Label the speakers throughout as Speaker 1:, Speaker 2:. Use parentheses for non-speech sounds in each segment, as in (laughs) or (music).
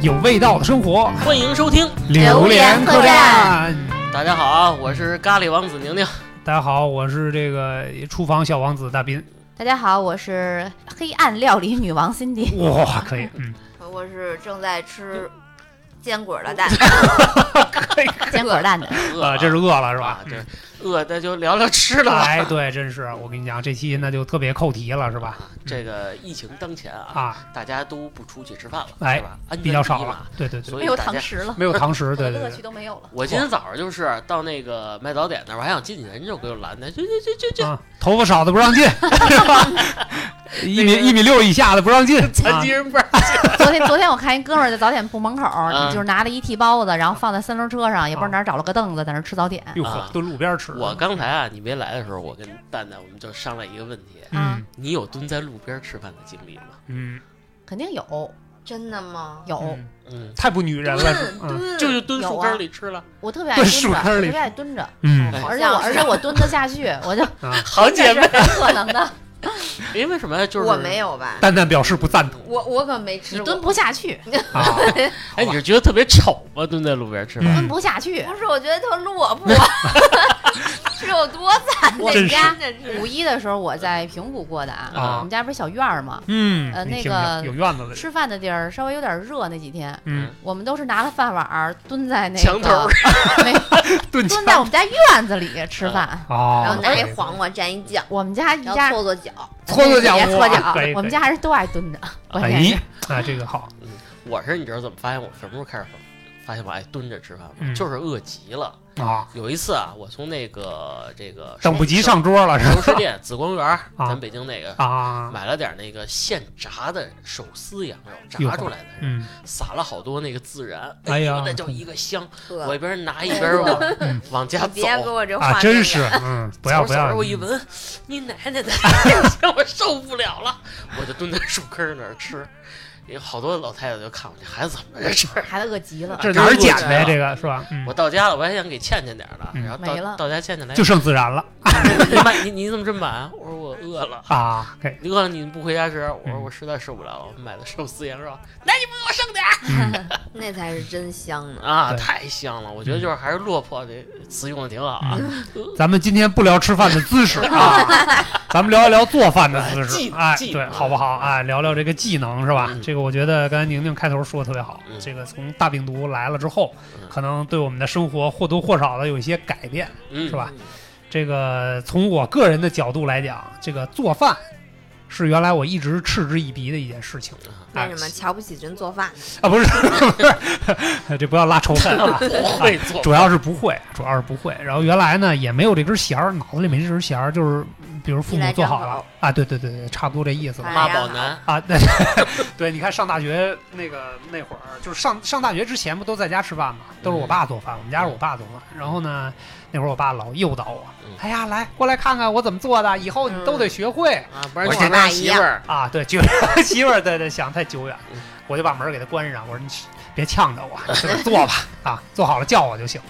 Speaker 1: 有味道的生活，
Speaker 2: 欢迎收听，
Speaker 1: 榴
Speaker 3: 莲
Speaker 1: 客
Speaker 3: 客
Speaker 1: 栈
Speaker 3: 栈。
Speaker 2: 大家好啊，我是咖喱王子宁宁。
Speaker 1: 大家好，我是这个厨房小王子大斌。
Speaker 3: 大家好，我是黑暗料理女王 Cindy，
Speaker 1: 哇，可以，嗯，
Speaker 4: 我是正在吃坚果
Speaker 2: (laughs)
Speaker 4: 的蛋，
Speaker 3: 坚果蛋的。
Speaker 2: 饿
Speaker 1: 呃，这是饿了是
Speaker 2: 是
Speaker 1: 吧？
Speaker 2: 这饿，那就聊聊吃啊的吧。
Speaker 1: 哎，对，真是，我跟你讲，这期那就特别扣题了是吧？
Speaker 2: 啊这个疫情当前啊，
Speaker 1: 啊，
Speaker 2: 大家都不出去吃饭了，
Speaker 1: 哎
Speaker 2: 是吧？安全
Speaker 1: 比较
Speaker 2: 第
Speaker 1: 少
Speaker 2: 一
Speaker 1: 了
Speaker 2: 嘛，，
Speaker 1: 对对对，
Speaker 2: 所
Speaker 3: 没
Speaker 2: 以
Speaker 3: 有
Speaker 2: 大
Speaker 3: 堂
Speaker 2: 家。
Speaker 3: 食了，
Speaker 1: 没有
Speaker 2: (laughs)
Speaker 1: 堂食，对
Speaker 3: 乐
Speaker 1: 对
Speaker 3: 趣
Speaker 1: 对，
Speaker 3: 都没有了。
Speaker 2: 我今天早上就是到那个卖早点那儿，我还想进去，人家给我拦的，这这这这这
Speaker 1: 啊，头发少的不让
Speaker 2: (laughs)
Speaker 1: 进，是吧？一米一米六以下的不让进，
Speaker 2: (laughs) 残
Speaker 1: 啊
Speaker 2: 疾人不让
Speaker 3: 昨天昨天我看一哥们儿在早点铺门口，
Speaker 4: 嗯
Speaker 3: 就是拿了一屉包子，然后放在三轮车上，
Speaker 4: 哦
Speaker 3: 也不知道哪儿找了个凳子，在那儿吃早点。
Speaker 1: 哟
Speaker 2: 啊
Speaker 1: 呵，蹲路边吃。嗯
Speaker 2: 我刚才啊，你没来的时候，我跟蛋蛋我们就商量一个问题：
Speaker 1: 嗯
Speaker 2: 你有蹲在路边吃饭的经历吗？
Speaker 1: 嗯
Speaker 3: 肯定有
Speaker 4: 真的吗？
Speaker 3: 有，
Speaker 1: 嗯，
Speaker 2: 嗯，
Speaker 1: 太不女人了，是
Speaker 4: 蹲
Speaker 1: 嗯
Speaker 4: 蹲，
Speaker 2: 就是蹲
Speaker 3: 有
Speaker 2: 树
Speaker 3: 啊
Speaker 2: 根儿里吃了，
Speaker 3: 我特别
Speaker 2: (laughs)
Speaker 3: 爱蹲
Speaker 1: 树
Speaker 3: 着，我
Speaker 1: 根儿
Speaker 3: 特
Speaker 1: 里
Speaker 3: 别爱蹲着，
Speaker 1: 嗯
Speaker 2: 哎
Speaker 3: 而且我
Speaker 4: 好像
Speaker 3: 而
Speaker 4: 是
Speaker 3: 且我蹲得下
Speaker 4: (laughs)
Speaker 3: 去，我就
Speaker 1: 啊，
Speaker 2: 好姐
Speaker 3: 这
Speaker 2: 妹
Speaker 3: 是。不可能
Speaker 2: (laughs)
Speaker 3: 的，
Speaker 2: 因为什么呀？就是
Speaker 4: 我没有吧？
Speaker 1: 蛋蛋表示不赞同
Speaker 4: 我我可没吃
Speaker 3: 你
Speaker 4: 过，
Speaker 3: 蹲不下去，
Speaker 1: 啊。
Speaker 2: 哎，你是觉得特别丑吗？蹲在路边吃
Speaker 1: 嗯
Speaker 2: 饭？
Speaker 3: 蹲不下去。
Speaker 4: 不是，我觉得特落魄，是有多惨？
Speaker 3: 我
Speaker 1: 真是
Speaker 3: 们家
Speaker 4: 真的是
Speaker 3: 五一的时候我在平谷过的啊，
Speaker 1: 啊
Speaker 3: 我们家不是小院儿吗？
Speaker 1: 嗯，
Speaker 3: 呃
Speaker 1: 你
Speaker 3: 那
Speaker 1: 听
Speaker 3: 个
Speaker 1: 听有院子的人，
Speaker 3: 吃饭的地儿稍微有点热，那几天
Speaker 1: 嗯，
Speaker 3: 我们都是拿了饭碗儿蹲在那个
Speaker 2: 墙头儿
Speaker 3: 没有
Speaker 1: (laughs) 炖
Speaker 3: 蹲在我们家院子里吃饭。
Speaker 1: 哦，
Speaker 4: 然后拿一
Speaker 1: 可以
Speaker 4: 黄瓜蘸一酱，
Speaker 3: 我们家一
Speaker 4: 然
Speaker 3: 家
Speaker 4: 后搓搓脚，
Speaker 1: 搓搓脚
Speaker 3: 别搓
Speaker 1: 哇
Speaker 3: 脚
Speaker 1: 可以可以，
Speaker 3: 我们家人都爱蹲着。关键是
Speaker 1: 哎，啊，这个好，
Speaker 2: 我是你知道怎么发现我什么时候开始发现我爱蹲着吃饭吗？
Speaker 1: 嗯
Speaker 2: 就是饿极了。
Speaker 1: 啊，
Speaker 2: 有一次啊，我从那个这个
Speaker 1: 等不及
Speaker 2: 熟
Speaker 1: 上桌了是
Speaker 2: 熟
Speaker 1: 吧？
Speaker 2: 食店紫光园儿，咱北京那个。
Speaker 1: (laughs) 啊，
Speaker 2: 买了点那个现炸的手撕羊肉，
Speaker 1: 哟
Speaker 2: 炸出来的，
Speaker 1: 嗯，
Speaker 2: 撒了好多那个孜然，
Speaker 1: 哎呀
Speaker 2: 那叫一个香！我
Speaker 4: 呵
Speaker 2: 一边拿一边往
Speaker 1: 嗯
Speaker 2: 往家
Speaker 4: 你
Speaker 2: 走，
Speaker 4: 别给我这
Speaker 1: 啊，
Speaker 4: 画面
Speaker 1: 真
Speaker 4: 感
Speaker 1: 是，嗯，不要
Speaker 2: 走
Speaker 1: 不
Speaker 2: 着走
Speaker 1: 要
Speaker 2: 着，我一闻，你奶奶的，哎我受不了了，我就蹲在树根儿那儿吃，有好多老太太就看我这孩子怎么回事儿。
Speaker 3: 孩子饿极了，
Speaker 1: 这哪儿捡
Speaker 2: 这
Speaker 1: 的呀？这个是吧？嗯
Speaker 2: 我，到家了，我还想给倩倩点儿呢，
Speaker 1: 嗯
Speaker 2: 然后
Speaker 3: 没
Speaker 2: 到
Speaker 3: 了
Speaker 2: 到家倩倩来，
Speaker 1: 就剩孜然了 (laughs)
Speaker 2: 你买你你怎么这么晚啊？我说我饿了。
Speaker 1: 啊，可以，
Speaker 2: 你饿了你不回家吃？我说
Speaker 1: 嗯
Speaker 2: 我实在受不了了，我买的寿司羊肉，那你不给我剩点儿
Speaker 1: 嗯，
Speaker 4: 那才是真香呢。
Speaker 2: 啊？
Speaker 1: 对嗯
Speaker 2: 太香了，我觉得就是还是落魄这词用的挺好啊。
Speaker 4: 嗯
Speaker 2: (laughs)
Speaker 1: 咱们今天不聊吃饭的姿势啊。咱们聊一聊做饭的姿
Speaker 2: 技
Speaker 1: 势，哎，
Speaker 2: 技
Speaker 1: 对，
Speaker 2: 能
Speaker 1: 好不好？哎，聊聊这个技能是吧？
Speaker 2: 嗯
Speaker 1: 这个我觉得刚才宁宁开头说的特别好，
Speaker 2: 嗯
Speaker 1: 这个从大病毒来了之后
Speaker 2: 嗯，
Speaker 1: 可能对我们的生活或多或少的有一些改变。
Speaker 2: 嗯，
Speaker 1: 是吧？这个从我个人的角度来讲，这个做饭是原来我一直嗤之以鼻的一件事情。
Speaker 2: 嗯
Speaker 1: 哎
Speaker 4: 为什么瞧不起人做饭呢？
Speaker 1: 啊？不是， (laughs) 不是， (laughs) 这不要拉仇恨啊！
Speaker 2: 不会做，
Speaker 1: (laughs) 主要是不会，主要是不会。然后原来呢也没有这根弦儿，脑子里没这根弦儿，就是比如父母做好
Speaker 4: 一来张
Speaker 1: 了
Speaker 4: 口
Speaker 1: 啊，对对对对，差不多这意思吧。
Speaker 2: 妈宝男，
Speaker 1: 啊， (laughs) 对，对，你看上大学那个那会儿，就是上上大学之前不都在家吃饭嘛，都是我爸做饭，我们家是我爸做饭。然后呢，那会儿我爸老诱导我
Speaker 2: 嗯，
Speaker 1: 哎呀，来过来看看我怎么做的，以后你都得学会
Speaker 2: 啊，不然
Speaker 4: 哎我
Speaker 2: 娶不
Speaker 4: 爸
Speaker 2: 上
Speaker 4: 一
Speaker 2: 媳
Speaker 4: 样
Speaker 2: 妇儿。
Speaker 1: 啊。对，就 (laughs) 媳妇儿，对对，想太久远
Speaker 2: 嗯，
Speaker 1: 我就把门给他关上，我说你别呛着我，自个儿做吧，啊，做好了叫我就行。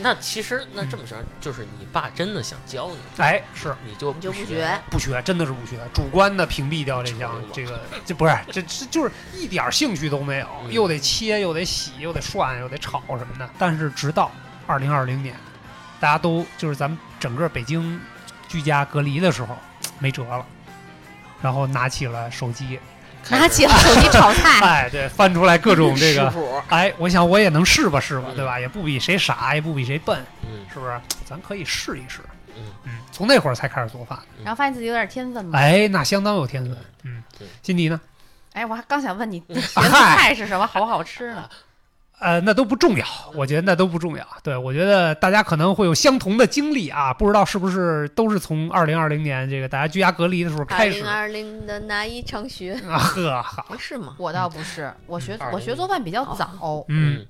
Speaker 2: 那其实那这么说，就是你爸真的想教你，
Speaker 1: 哎，是
Speaker 2: 你就
Speaker 4: 你就不
Speaker 2: 不
Speaker 4: 学， (laughs)
Speaker 1: 不学，真的是不学，主观的屏蔽掉这项这个，这不是这这就是一点儿兴趣都没有，
Speaker 2: 嗯
Speaker 1: 又得切，又得洗，又得涮，又得炒什么的。但是直到二零二零年，大家都就是咱们整个北京居家隔离的时候，没辙了，然后拿起了手机，
Speaker 2: 开始
Speaker 3: 拿起了手机炒菜，
Speaker 1: 哎，对，翻出来 (laughs) 各种这
Speaker 2: 食
Speaker 1: 个，
Speaker 2: 谱，
Speaker 1: 哎，我想我也能试吧试吧
Speaker 2: 嗯，
Speaker 1: 对吧？也不比谁傻，也不比谁笨，
Speaker 2: 嗯
Speaker 1: 是不是？咱可以试一试。
Speaker 2: 嗯
Speaker 1: 嗯，从那会儿才开始做饭。
Speaker 3: 然后发现自己有点天分嘛。
Speaker 1: 哎，那相当有天分。嗯
Speaker 2: 对，
Speaker 1: 辛迪呢？
Speaker 3: 哎，我还刚想问你，
Speaker 1: (laughs)
Speaker 3: 学
Speaker 1: 嗨
Speaker 3: 的菜是什么，好不好吃呢？
Speaker 1: 呃，那都不重要，我觉得那都不重要。对我觉得大家可能会有相同的经历啊，不知道是不是都是从二零二零年这个大家居家隔离的时候
Speaker 4: 二
Speaker 1: 开始
Speaker 4: 零二零的那一场雪，
Speaker 1: 啊，呵好，
Speaker 4: 不是吗？
Speaker 3: 我倒不是，我学
Speaker 2: 嗯
Speaker 3: 我学做饭比较早，
Speaker 1: 嗯，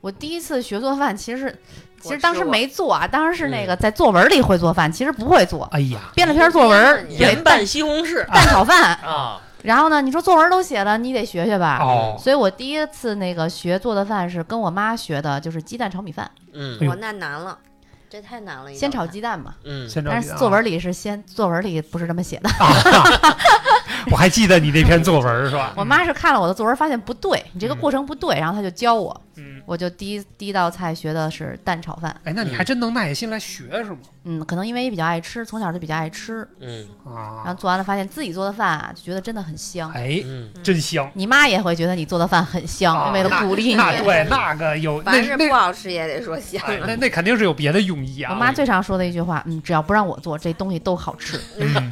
Speaker 3: 我第一次学做饭其实是其
Speaker 4: 我
Speaker 3: 实
Speaker 4: 吃
Speaker 3: 当时
Speaker 4: 过
Speaker 3: 没做啊，当时是
Speaker 1: 嗯
Speaker 3: 那个在作文里会做饭，其实不会做，
Speaker 1: 哎呀，
Speaker 3: 编了篇作
Speaker 1: 嗯
Speaker 3: 文，
Speaker 4: 你
Speaker 3: 对
Speaker 2: 盐
Speaker 3: 蛋
Speaker 2: 拌西红柿
Speaker 3: (laughs) 蛋炒饭，
Speaker 2: 啊，
Speaker 3: 然后呢，你说作文都写了，你得学学吧。
Speaker 1: 哦，
Speaker 3: 所以我第一次那个学做的饭是跟我妈学的，就是鸡蛋炒米饭，
Speaker 2: 嗯
Speaker 1: 哎呦
Speaker 4: 我那难了，这太难了。一道
Speaker 3: 先炒
Speaker 4: 菜
Speaker 3: 鸡蛋嘛。
Speaker 2: 嗯，
Speaker 1: 先着
Speaker 3: 但
Speaker 1: 急
Speaker 3: 是
Speaker 1: 啊嗯
Speaker 3: 作文里是先，作文里不是这么写的，
Speaker 1: 啊， (laughs) 我还记得你那篇作文是吧？
Speaker 3: (laughs) 我妈是看了我的作文，发现不对，你这个
Speaker 1: 嗯
Speaker 3: 过程不对，然后她就教我，
Speaker 1: 嗯，
Speaker 3: 我就第一第一道菜学的是蛋炒饭。
Speaker 1: 哎，那你还真能耐下心来学是吗？
Speaker 3: 嗯，可能因为也比较爱吃，从小就比较爱吃，
Speaker 2: 嗯
Speaker 3: 然后
Speaker 1: 啊，
Speaker 3: 做完了发现自己做的饭啊，就觉得真的很香。
Speaker 1: 哎，
Speaker 2: 嗯，
Speaker 1: 真香。
Speaker 3: 你妈也会觉得你做的饭很香，
Speaker 1: 啊
Speaker 3: 嗯为了鼓励你。
Speaker 1: 那对那个有那
Speaker 4: 凡是
Speaker 1: 那
Speaker 4: 不好吃也得说香。
Speaker 1: 哎那那肯定是有别的用意啊。
Speaker 3: 我妈最常说的一句话，嗯，只要不让我做，这东西都好吃。
Speaker 1: 嗯，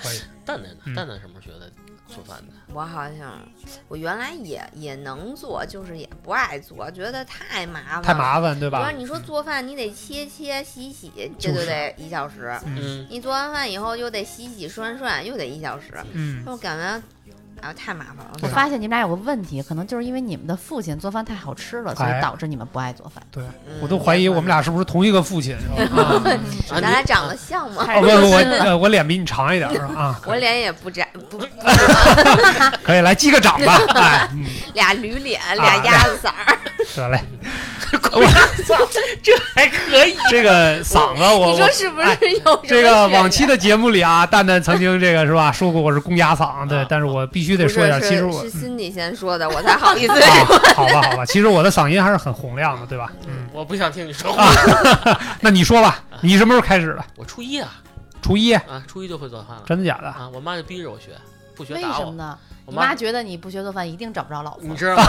Speaker 1: 可以，
Speaker 2: 蛋蛋呢
Speaker 1: 嗯
Speaker 2: 蛋蛋什么时候学的做饭的？
Speaker 4: 我好像我原来也也能做，就是也不爱做，觉得太麻烦了。
Speaker 1: 太麻烦对
Speaker 4: 主
Speaker 1: 吧
Speaker 4: 要？你说做饭，你得切切洗洗，
Speaker 1: 就
Speaker 4: 这
Speaker 1: 是
Speaker 4: 就得一小时。
Speaker 1: 嗯
Speaker 4: (laughs)
Speaker 2: 嗯，
Speaker 4: 你做完饭以后又得洗洗涮涮，又得一小时。
Speaker 1: 嗯，
Speaker 4: 我感觉啊太麻烦了。
Speaker 3: 我
Speaker 1: 对
Speaker 3: 发现你们俩有个问题，可能就是因为你们的父亲做饭太好吃了，所
Speaker 1: 哎
Speaker 3: 以导致你们不爱做饭。
Speaker 4: 嗯
Speaker 1: 我都怀疑我们俩是不是同一个父亲。是
Speaker 2: (laughs)
Speaker 1: 吧啊
Speaker 2: 啊
Speaker 4: 咱
Speaker 2: 你
Speaker 4: 俩长得像吗？
Speaker 3: 太
Speaker 1: 哦，不，我
Speaker 3: 热心了
Speaker 1: 呃我脸比你长一点是吧？啊，
Speaker 4: 我脸也不窄，不 (laughs) 不
Speaker 1: 可以来击个掌吧。哎，嗯，
Speaker 4: 俩驴脸，
Speaker 1: 啊
Speaker 4: 俩鸭子色儿。
Speaker 1: 得嘞，
Speaker 2: 这还可以，
Speaker 1: 这个嗓子 (laughs) 我
Speaker 4: 你说
Speaker 1: 我
Speaker 4: 是不
Speaker 1: 哎
Speaker 4: 是有
Speaker 1: 这个往期
Speaker 4: 的
Speaker 1: 的节目里啊，蛋蛋曾经这个是吧说过我是公鸭嗓，对
Speaker 2: 啊，
Speaker 1: 但是我必须得
Speaker 4: 不
Speaker 1: 说一下，
Speaker 4: 是
Speaker 1: 其实我
Speaker 4: 是是
Speaker 1: 嗯
Speaker 4: 辛迪先说的，我才好
Speaker 1: (laughs)
Speaker 4: 意思
Speaker 1: 啊，好吧好吧，其实我的嗓音还是很洪亮的，对吧？嗯，
Speaker 2: 我不想听你说话。
Speaker 1: 啊那你说吧，你什么时候开始的？
Speaker 2: 我初一啊
Speaker 1: 初一，
Speaker 2: 啊，初一就会做饭了
Speaker 1: 真的假的？
Speaker 2: 啊，我妈就逼着我学，不学
Speaker 3: 为
Speaker 2: 打
Speaker 3: 什么
Speaker 2: 我。
Speaker 3: 呢？
Speaker 2: 我
Speaker 3: 你妈觉得你不学做饭一定找不着老婆
Speaker 2: 你。知道吗？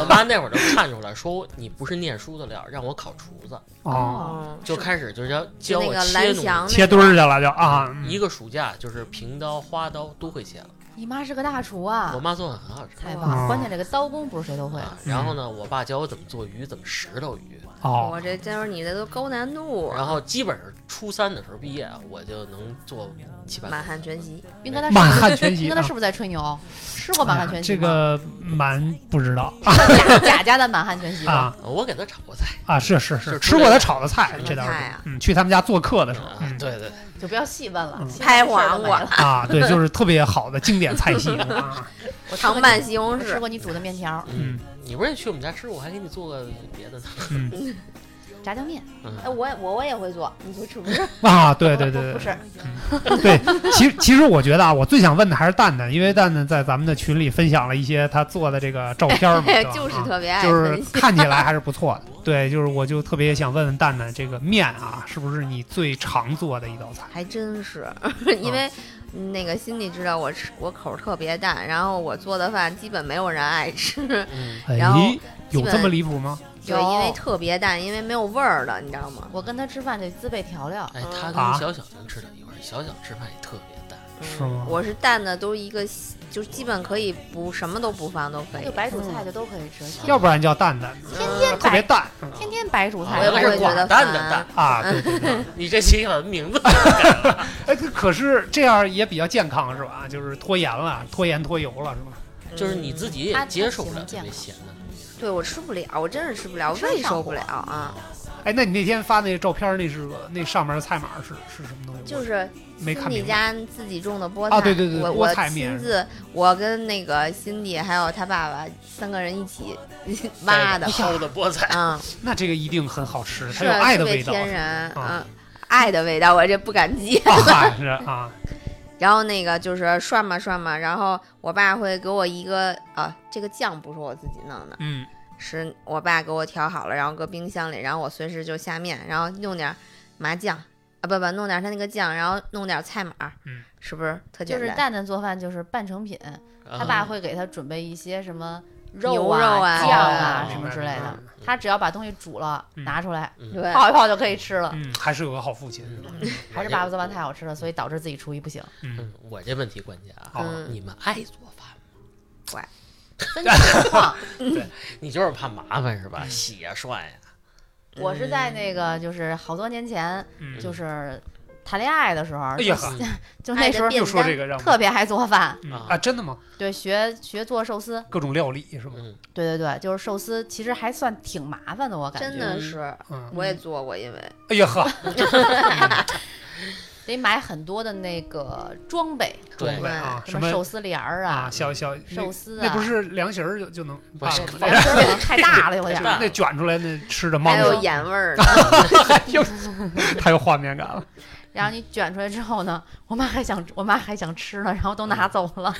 Speaker 2: 我妈那会儿就看出来，说你不是念书的料，让我考厨子，
Speaker 1: 哦，
Speaker 4: 嗯
Speaker 2: 就开始就是要教
Speaker 4: 就那
Speaker 2: 我
Speaker 4: 个
Speaker 2: 切
Speaker 4: 蓝
Speaker 2: 东
Speaker 4: 翔
Speaker 2: 西。
Speaker 4: 那
Speaker 1: 切
Speaker 4: 个
Speaker 1: 墩儿去了就啊，嗯
Speaker 2: 一个暑假就是平刀、花刀都会切了。
Speaker 3: 你妈是个大厨
Speaker 2: 我
Speaker 3: 啊，
Speaker 2: 妈做饭很好吃。
Speaker 3: 太
Speaker 1: 哦
Speaker 3: 棒！关键这个刀工不是谁都会。
Speaker 2: 啊，然后呢，我爸教我怎么做鱼，怎么石头鱼。
Speaker 1: 哦，
Speaker 4: 我这真是你这都高难度，
Speaker 2: 然后基本上初三的时候毕业，啊我就能做七八
Speaker 4: 满
Speaker 2: 道。
Speaker 4: 汉全席。
Speaker 3: 斌哥他是
Speaker 1: 满汉全席啊
Speaker 3: 斌哥
Speaker 2: 啊
Speaker 3: 他是不是在吹牛？吃过满汉全席
Speaker 1: 这
Speaker 3: 吗？
Speaker 1: 个蛮不知道
Speaker 3: 贾 (laughs) 贾家的满汉全席吧
Speaker 1: 啊
Speaker 2: 我给他炒过菜。
Speaker 1: 啊，是是，
Speaker 2: 就是是
Speaker 1: 吃过他炒的菜
Speaker 4: 什，么
Speaker 1: 这倒是
Speaker 4: 菜啊，
Speaker 1: 嗯，去他们家做客的时候
Speaker 2: 啊，
Speaker 1: 嗯
Speaker 2: 对对，
Speaker 3: 就不要细问了
Speaker 1: 嗯。
Speaker 3: 其他的事儿都没了，
Speaker 1: 啊，对，就是特别好的经典菜系啊，
Speaker 3: 我吃过
Speaker 4: 糖
Speaker 3: 你
Speaker 4: 拌西
Speaker 3: 我
Speaker 4: 红
Speaker 3: 吃
Speaker 4: 柿，
Speaker 3: 过你煮的面条、
Speaker 1: 嗯，
Speaker 2: 你不是也去我们家吃，我还给你做个别的呢。
Speaker 1: 嗯
Speaker 3: 炸酱面，
Speaker 4: 哎，
Speaker 2: 嗯，
Speaker 4: 我我我也会做，你会吃不 (laughs) 吃？
Speaker 1: 啊，对对对
Speaker 3: 不不
Speaker 1: 对
Speaker 4: (laughs)
Speaker 3: 是
Speaker 1: 对，其实其实我觉得啊，我最想问的还是蛋蛋，因为蛋蛋在咱们的群里分享了一些他做的这个照片
Speaker 4: (laughs)
Speaker 1: 嘛，对吧
Speaker 4: 就是
Speaker 1: 啊
Speaker 4: 特别爱
Speaker 1: 就是
Speaker 4: 分析。
Speaker 1: 看起来还是不错的。对，就是我就特别想问问蛋蛋，这个面啊，是不是你最常做的一道菜？
Speaker 4: 还真是， (laughs)
Speaker 1: 啊
Speaker 4: 因为那个辛迪知道我吃我口儿特别淡，然后我做的饭基本没有人爱吃， (laughs)
Speaker 2: 嗯，
Speaker 4: 然后
Speaker 1: 哎，有
Speaker 4: 基本
Speaker 1: 这么离谱吗？
Speaker 4: 就因为特别淡，因为没有味儿了，你知道吗？
Speaker 3: 我跟他吃饭得自备调料。
Speaker 2: 哎，他
Speaker 1: 啊
Speaker 2: 跟小小能吃到一块儿，小小吃饭也特别淡。
Speaker 1: 是吗
Speaker 4: 嗯我是淡的，都一个就基本可以不什么都不放都可以
Speaker 3: 就。白煮菜就都可以吃，
Speaker 1: (laughs)
Speaker 3: 天
Speaker 1: 要不然叫蛋蛋，
Speaker 3: 天天
Speaker 1: 特别
Speaker 3: 白
Speaker 1: 淡
Speaker 3: 天天白煮
Speaker 2: 啊
Speaker 3: 菜
Speaker 2: 我也嗯
Speaker 4: 也，
Speaker 2: 不
Speaker 4: 不
Speaker 2: 是
Speaker 4: 会觉
Speaker 2: 寡
Speaker 4: 得
Speaker 2: 淡的
Speaker 4: 烦
Speaker 3: (laughs)
Speaker 2: 淡，
Speaker 1: 啊。对对对，
Speaker 2: 你这起小名字
Speaker 1: 哎， (laughs) 可是这样也比较健康是吧？就是拖延了，拖延拖油了是吧？
Speaker 2: 就是你自己也
Speaker 3: 嗯他
Speaker 2: 接受不了
Speaker 3: 他喜
Speaker 2: 特
Speaker 3: 欢
Speaker 2: 别
Speaker 3: 健康
Speaker 2: 咸的嗯东西。
Speaker 4: 嗯对我吃不了，我真是吃不了，我
Speaker 3: 吃
Speaker 4: 胃
Speaker 3: 上
Speaker 4: 受不
Speaker 3: 火
Speaker 4: 了啊。
Speaker 1: 哎，那你那天发那照片，那是个那上面的菜码是是什么东西？
Speaker 4: 就
Speaker 1: 我
Speaker 4: 是
Speaker 1: 没看
Speaker 4: 辛迪
Speaker 1: 明白。
Speaker 4: 家自己种的菠菜，
Speaker 1: 啊对对对
Speaker 4: 我
Speaker 1: 菠
Speaker 4: 我
Speaker 1: 菜面
Speaker 4: 亲自，我跟那个辛迪还有他爸爸三个人一起嗯
Speaker 1: (laughs) 哎
Speaker 4: 挖的，
Speaker 2: 泡的菠菜，
Speaker 4: 嗯，
Speaker 1: 那这个一定很好吃，它
Speaker 4: 是
Speaker 1: 有爱的
Speaker 4: 特
Speaker 1: 味
Speaker 4: 别
Speaker 1: 道。
Speaker 4: 天然，
Speaker 1: 啊
Speaker 4: 嗯，爱的味道，我这不敢接。
Speaker 1: 啊，是啊，
Speaker 4: (laughs) 然后那个就是涮吧涮吧，然后我爸会给我一个啊，这个酱不是我自己弄的，
Speaker 1: 嗯，
Speaker 4: 是我爸给我调好了，然后搁冰箱里，然后我随时就下面，然后弄点麻酱啊，不不，弄点他那个酱，然后弄点菜码，
Speaker 1: 嗯，
Speaker 4: 是不是特
Speaker 3: 就
Speaker 4: 简
Speaker 3: 是
Speaker 4: 单？
Speaker 3: 蛋蛋做饭就是半成品，他
Speaker 2: 他
Speaker 3: 爸会给他准备一些什么
Speaker 4: 牛
Speaker 3: 啊、
Speaker 4: 肉啊
Speaker 3: 酱啊
Speaker 1: 哦
Speaker 3: 什么之类的
Speaker 1: 嗯，
Speaker 3: 他只要把东西煮了
Speaker 1: 嗯
Speaker 3: 拿出来
Speaker 2: 嗯
Speaker 4: 对，
Speaker 3: 泡一泡就可以吃了。
Speaker 1: 嗯，还是有个好父亲，是吧
Speaker 3: 还是爸爸做饭太好吃了，所以导致自己厨艺不行。
Speaker 1: 嗯
Speaker 2: 嗯，我这问题关键啊，
Speaker 1: 哦
Speaker 4: 嗯
Speaker 2: 你们爱做饭吗？
Speaker 3: 分情况，
Speaker 2: 你就是怕麻烦是吧？洗呀涮呀，
Speaker 3: 我是在那个就是好多年前，
Speaker 1: 嗯，
Speaker 3: 就是谈恋爱的时候，
Speaker 1: 哎呀，
Speaker 3: 就那时候
Speaker 4: 爱的
Speaker 1: 嗯又说这个让我
Speaker 3: 特别爱做饭，
Speaker 1: 嗯
Speaker 2: 啊
Speaker 1: 啊，真的吗？
Speaker 3: 对，学学做寿司，
Speaker 1: 各种料理是吗？
Speaker 2: 嗯，
Speaker 3: 对对对，就是寿司，其实还算挺麻烦的，我感觉
Speaker 4: 真的是，
Speaker 1: 嗯，
Speaker 4: 我也做过，因为
Speaker 1: 哎呀呵，
Speaker 3: 得买很多的那个装备，
Speaker 2: 对
Speaker 1: 对，啊，
Speaker 3: 什
Speaker 1: 什
Speaker 3: 么
Speaker 1: 么
Speaker 3: 寿司帘儿
Speaker 1: 啊，
Speaker 3: 啊，
Speaker 1: 小小
Speaker 3: 寿司啊，
Speaker 1: 那不是凉席儿就就能啊
Speaker 2: 不
Speaker 1: 把
Speaker 2: 是
Speaker 3: 对帘儿可
Speaker 2: (laughs)
Speaker 3: 能太大了，有点
Speaker 2: 太大
Speaker 3: 儿
Speaker 2: 了
Speaker 1: (laughs) 那卷出来那吃的 (laughs)
Speaker 4: 还
Speaker 1: mang
Speaker 4: 有
Speaker 1: 着，
Speaker 4: 盐味儿呢，
Speaker 1: 又太有画面感了。
Speaker 5: 然后你卷出来之后呢，我妈还想我妈还想吃呢，然后都拿走了，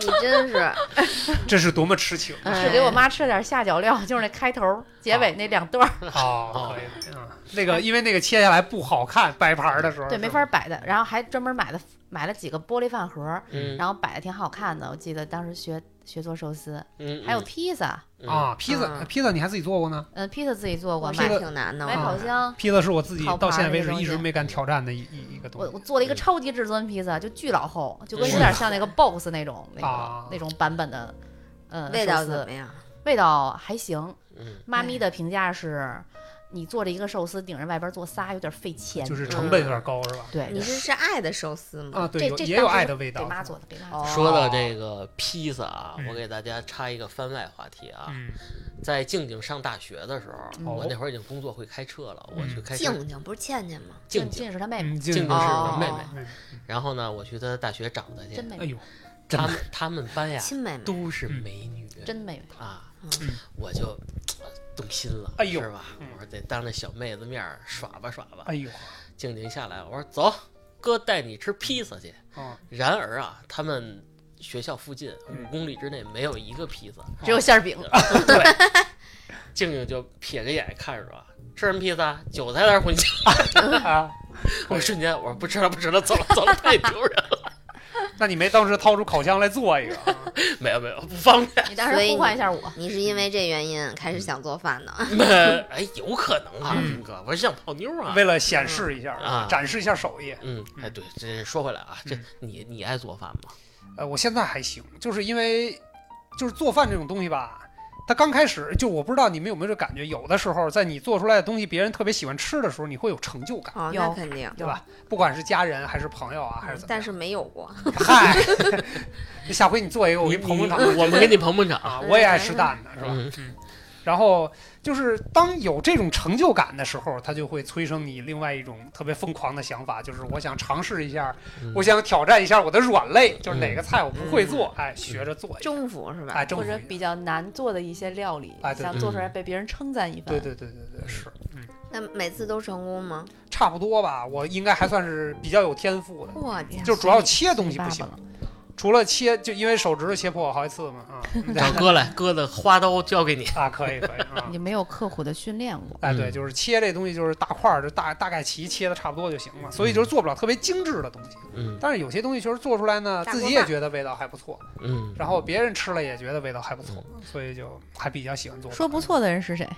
Speaker 4: 你真是
Speaker 1: (laughs) 这是多么痴情
Speaker 2: 嗯
Speaker 5: 是、
Speaker 4: 哎
Speaker 5: 给我妈吃点下脚料，就是那开头结尾那两段儿，
Speaker 1: 哦，可以啊。那个因为那个切下来不好看，掰盘儿的时候
Speaker 5: 对，
Speaker 1: 是
Speaker 5: 没
Speaker 1: 吧
Speaker 5: 法摆的。然后还专门买的买了几个玻璃饭盒儿，
Speaker 2: 嗯
Speaker 5: 然后摆的挺好看的。我记得当时学学做寿司，
Speaker 2: 嗯，
Speaker 5: 还有披萨，
Speaker 1: 啊。披萨
Speaker 4: 嗯
Speaker 1: 披萨你还自己做过呢？
Speaker 5: 嗯，披萨自己做过，
Speaker 4: 我
Speaker 1: 披
Speaker 4: 那
Speaker 1: 萨
Speaker 5: 买
Speaker 4: 挺难的，
Speaker 5: 买
Speaker 1: 好
Speaker 5: 烤箱。
Speaker 1: 披萨是我自己
Speaker 5: 烤
Speaker 1: 到
Speaker 5: 盘
Speaker 1: 现在为
Speaker 5: 那
Speaker 1: 止
Speaker 5: 东
Speaker 1: 一直
Speaker 5: 西
Speaker 1: 没敢挑战的一一一个东
Speaker 5: 我
Speaker 1: 西
Speaker 5: 我做了一个
Speaker 2: 嗯
Speaker 5: 超级至尊披萨，就巨老厚，就跟
Speaker 2: 嗯
Speaker 5: 有点像那个 boss 那种那
Speaker 1: 啊
Speaker 5: 个那种版本的，嗯，
Speaker 4: 味道
Speaker 5: 寿司
Speaker 4: 怎么样？
Speaker 5: 味道还行。
Speaker 2: 嗯
Speaker 5: 妈咪的评价是，你做了一个寿司顶着外边做仨，有点费钱。
Speaker 1: 就是
Speaker 2: 嗯
Speaker 1: 成本有点高是吧？
Speaker 5: 对，
Speaker 4: 你这是爱的寿司吗？
Speaker 1: 啊，
Speaker 5: 嗯
Speaker 1: 对，
Speaker 5: 这
Speaker 1: 有
Speaker 5: 这
Speaker 1: 也
Speaker 5: 当
Speaker 1: 有
Speaker 5: 时
Speaker 1: 爱的味道啊
Speaker 5: 给。妈
Speaker 1: 是吧
Speaker 5: 做的，给妈
Speaker 4: 哦
Speaker 5: 做的。
Speaker 2: 说到这个披萨啊，
Speaker 1: 嗯
Speaker 2: 我给大家插一个番外话题啊，
Speaker 1: 嗯，
Speaker 2: 在静静上大学的时候，
Speaker 5: 嗯
Speaker 2: 我
Speaker 1: 哦
Speaker 2: 那会儿已经工作会开车了，我去开车。
Speaker 4: 静静不是倩倩吗？
Speaker 2: 静静，
Speaker 5: 静是她妹妹，
Speaker 1: 嗯静
Speaker 2: 静
Speaker 1: 是
Speaker 2: 是
Speaker 4: 我
Speaker 1: 我
Speaker 4: 妹
Speaker 2: 妹然后呢，我去她大学找她去
Speaker 5: 真。妹
Speaker 1: 哎
Speaker 5: 妹，
Speaker 1: 呦，真
Speaker 2: 他们他们班呀
Speaker 4: 亲妹妹，
Speaker 2: 都是美女
Speaker 5: 真妹妹。
Speaker 2: 啊
Speaker 1: 嗯，
Speaker 2: 我就动心了，
Speaker 1: 哎呦
Speaker 2: 是吧？我说得当着小妹子面儿耍吧耍吧。
Speaker 5: (laughs)
Speaker 1: 哎呦，
Speaker 2: 静静下来，我说走，哥带你吃披萨去。
Speaker 1: 啊，
Speaker 2: 然而啊，他们学校附近
Speaker 1: 嗯
Speaker 2: 五公里之内没有一个披萨。
Speaker 5: 只有馅儿
Speaker 3: 哦
Speaker 5: 饼，
Speaker 2: (laughs) 对，
Speaker 1: (laughs)
Speaker 2: 静静就瞥着眼看着我，吃什么披萨？韭菜蛋混酱。
Speaker 1: 哎
Speaker 2: 我瞬间我说不吃了不吃了，走了走了，太丢人了。 (laughs)
Speaker 1: 那你没当时掏出烤箱来做一个 (laughs) 啊？
Speaker 2: 没有没有，不方
Speaker 1: (laughs)
Speaker 2: 便。
Speaker 5: 你当时
Speaker 4: 所以
Speaker 5: 呼唤
Speaker 4: 你
Speaker 5: 一下我，
Speaker 4: 你是因为这原因开始想做饭的？
Speaker 2: 哎，有可能啊，
Speaker 1: 嗯
Speaker 2: 斌哥，我是想泡妞啊
Speaker 1: 为。了显示一下
Speaker 2: 啊
Speaker 1: 展示一下手艺。
Speaker 2: 嗯，哎，对，这说回来啊，这
Speaker 1: 嗯
Speaker 2: 你你爱做饭吗？
Speaker 1: 呃，我现在还行，就是因为就是做饭这种东西吧，它刚开始就我不知道你们有没有这感觉，有的时候在你做出来的东西别人特别喜欢吃的时候，你会有成就感，
Speaker 4: 哦，
Speaker 5: 有
Speaker 4: 那肯定，
Speaker 1: 对吧？不管是家人还是朋友啊，还是怎么
Speaker 4: 但
Speaker 1: 样，
Speaker 4: 是 (laughs) 没有过。
Speaker 1: 嗨，下回你做一个，我给
Speaker 2: 你
Speaker 1: 你
Speaker 2: (laughs)
Speaker 1: 捧捧场。
Speaker 2: 我们给你捧捧场。
Speaker 1: 啊，我也爱吃蛋的，是吧？
Speaker 2: 嗯
Speaker 1: 嗯。然后就是当有这种成就感的时候，它就会催生你另外一种特别疯狂的想法，就是我想尝试一下，
Speaker 2: 嗯
Speaker 1: 我想挑战一下我的软肋，就是哪个菜我不会做，哎，学着做一下，
Speaker 4: 中府是吧？
Speaker 1: 哎，征
Speaker 3: 或
Speaker 1: 服
Speaker 3: 者
Speaker 1: 一下
Speaker 3: 比较难做的一些料理，
Speaker 1: 哎对
Speaker 3: 想
Speaker 2: 对
Speaker 3: 做出来
Speaker 2: 嗯
Speaker 3: 被别人称赞一番。
Speaker 1: 对对对对对，是，嗯，
Speaker 4: 那每次都成功吗？
Speaker 1: 差不多吧，我应该还算是比较有天赋的，
Speaker 4: 我天，
Speaker 1: 就主要切东西
Speaker 3: 爸
Speaker 1: 不
Speaker 3: 爸
Speaker 1: 行
Speaker 3: 了，
Speaker 1: 除了切，就因为手指头切破我好几次嘛，啊，
Speaker 2: 嗯
Speaker 1: (laughs)
Speaker 2: 找
Speaker 3: (laughs)
Speaker 2: 哥来，哥的花刀交给你。
Speaker 1: 啊，可以可以啊
Speaker 3: 你。没有刻苦的训练过，
Speaker 1: 哎，对，
Speaker 2: 嗯
Speaker 1: 就是切这东西，就是大块儿，就大大概齐切的差不多就行了，所以就是做不了特别精致的东西。
Speaker 2: 嗯
Speaker 1: 但是有些东西确实做出来呢，
Speaker 4: 大
Speaker 1: 自
Speaker 4: 锅
Speaker 1: 己也
Speaker 4: 饭
Speaker 1: 觉得味道还不错，
Speaker 2: 嗯，
Speaker 1: 然后别人吃了也觉得味道还不错，所以就还比较喜欢做饭。
Speaker 3: 嗯说不错的人是谁？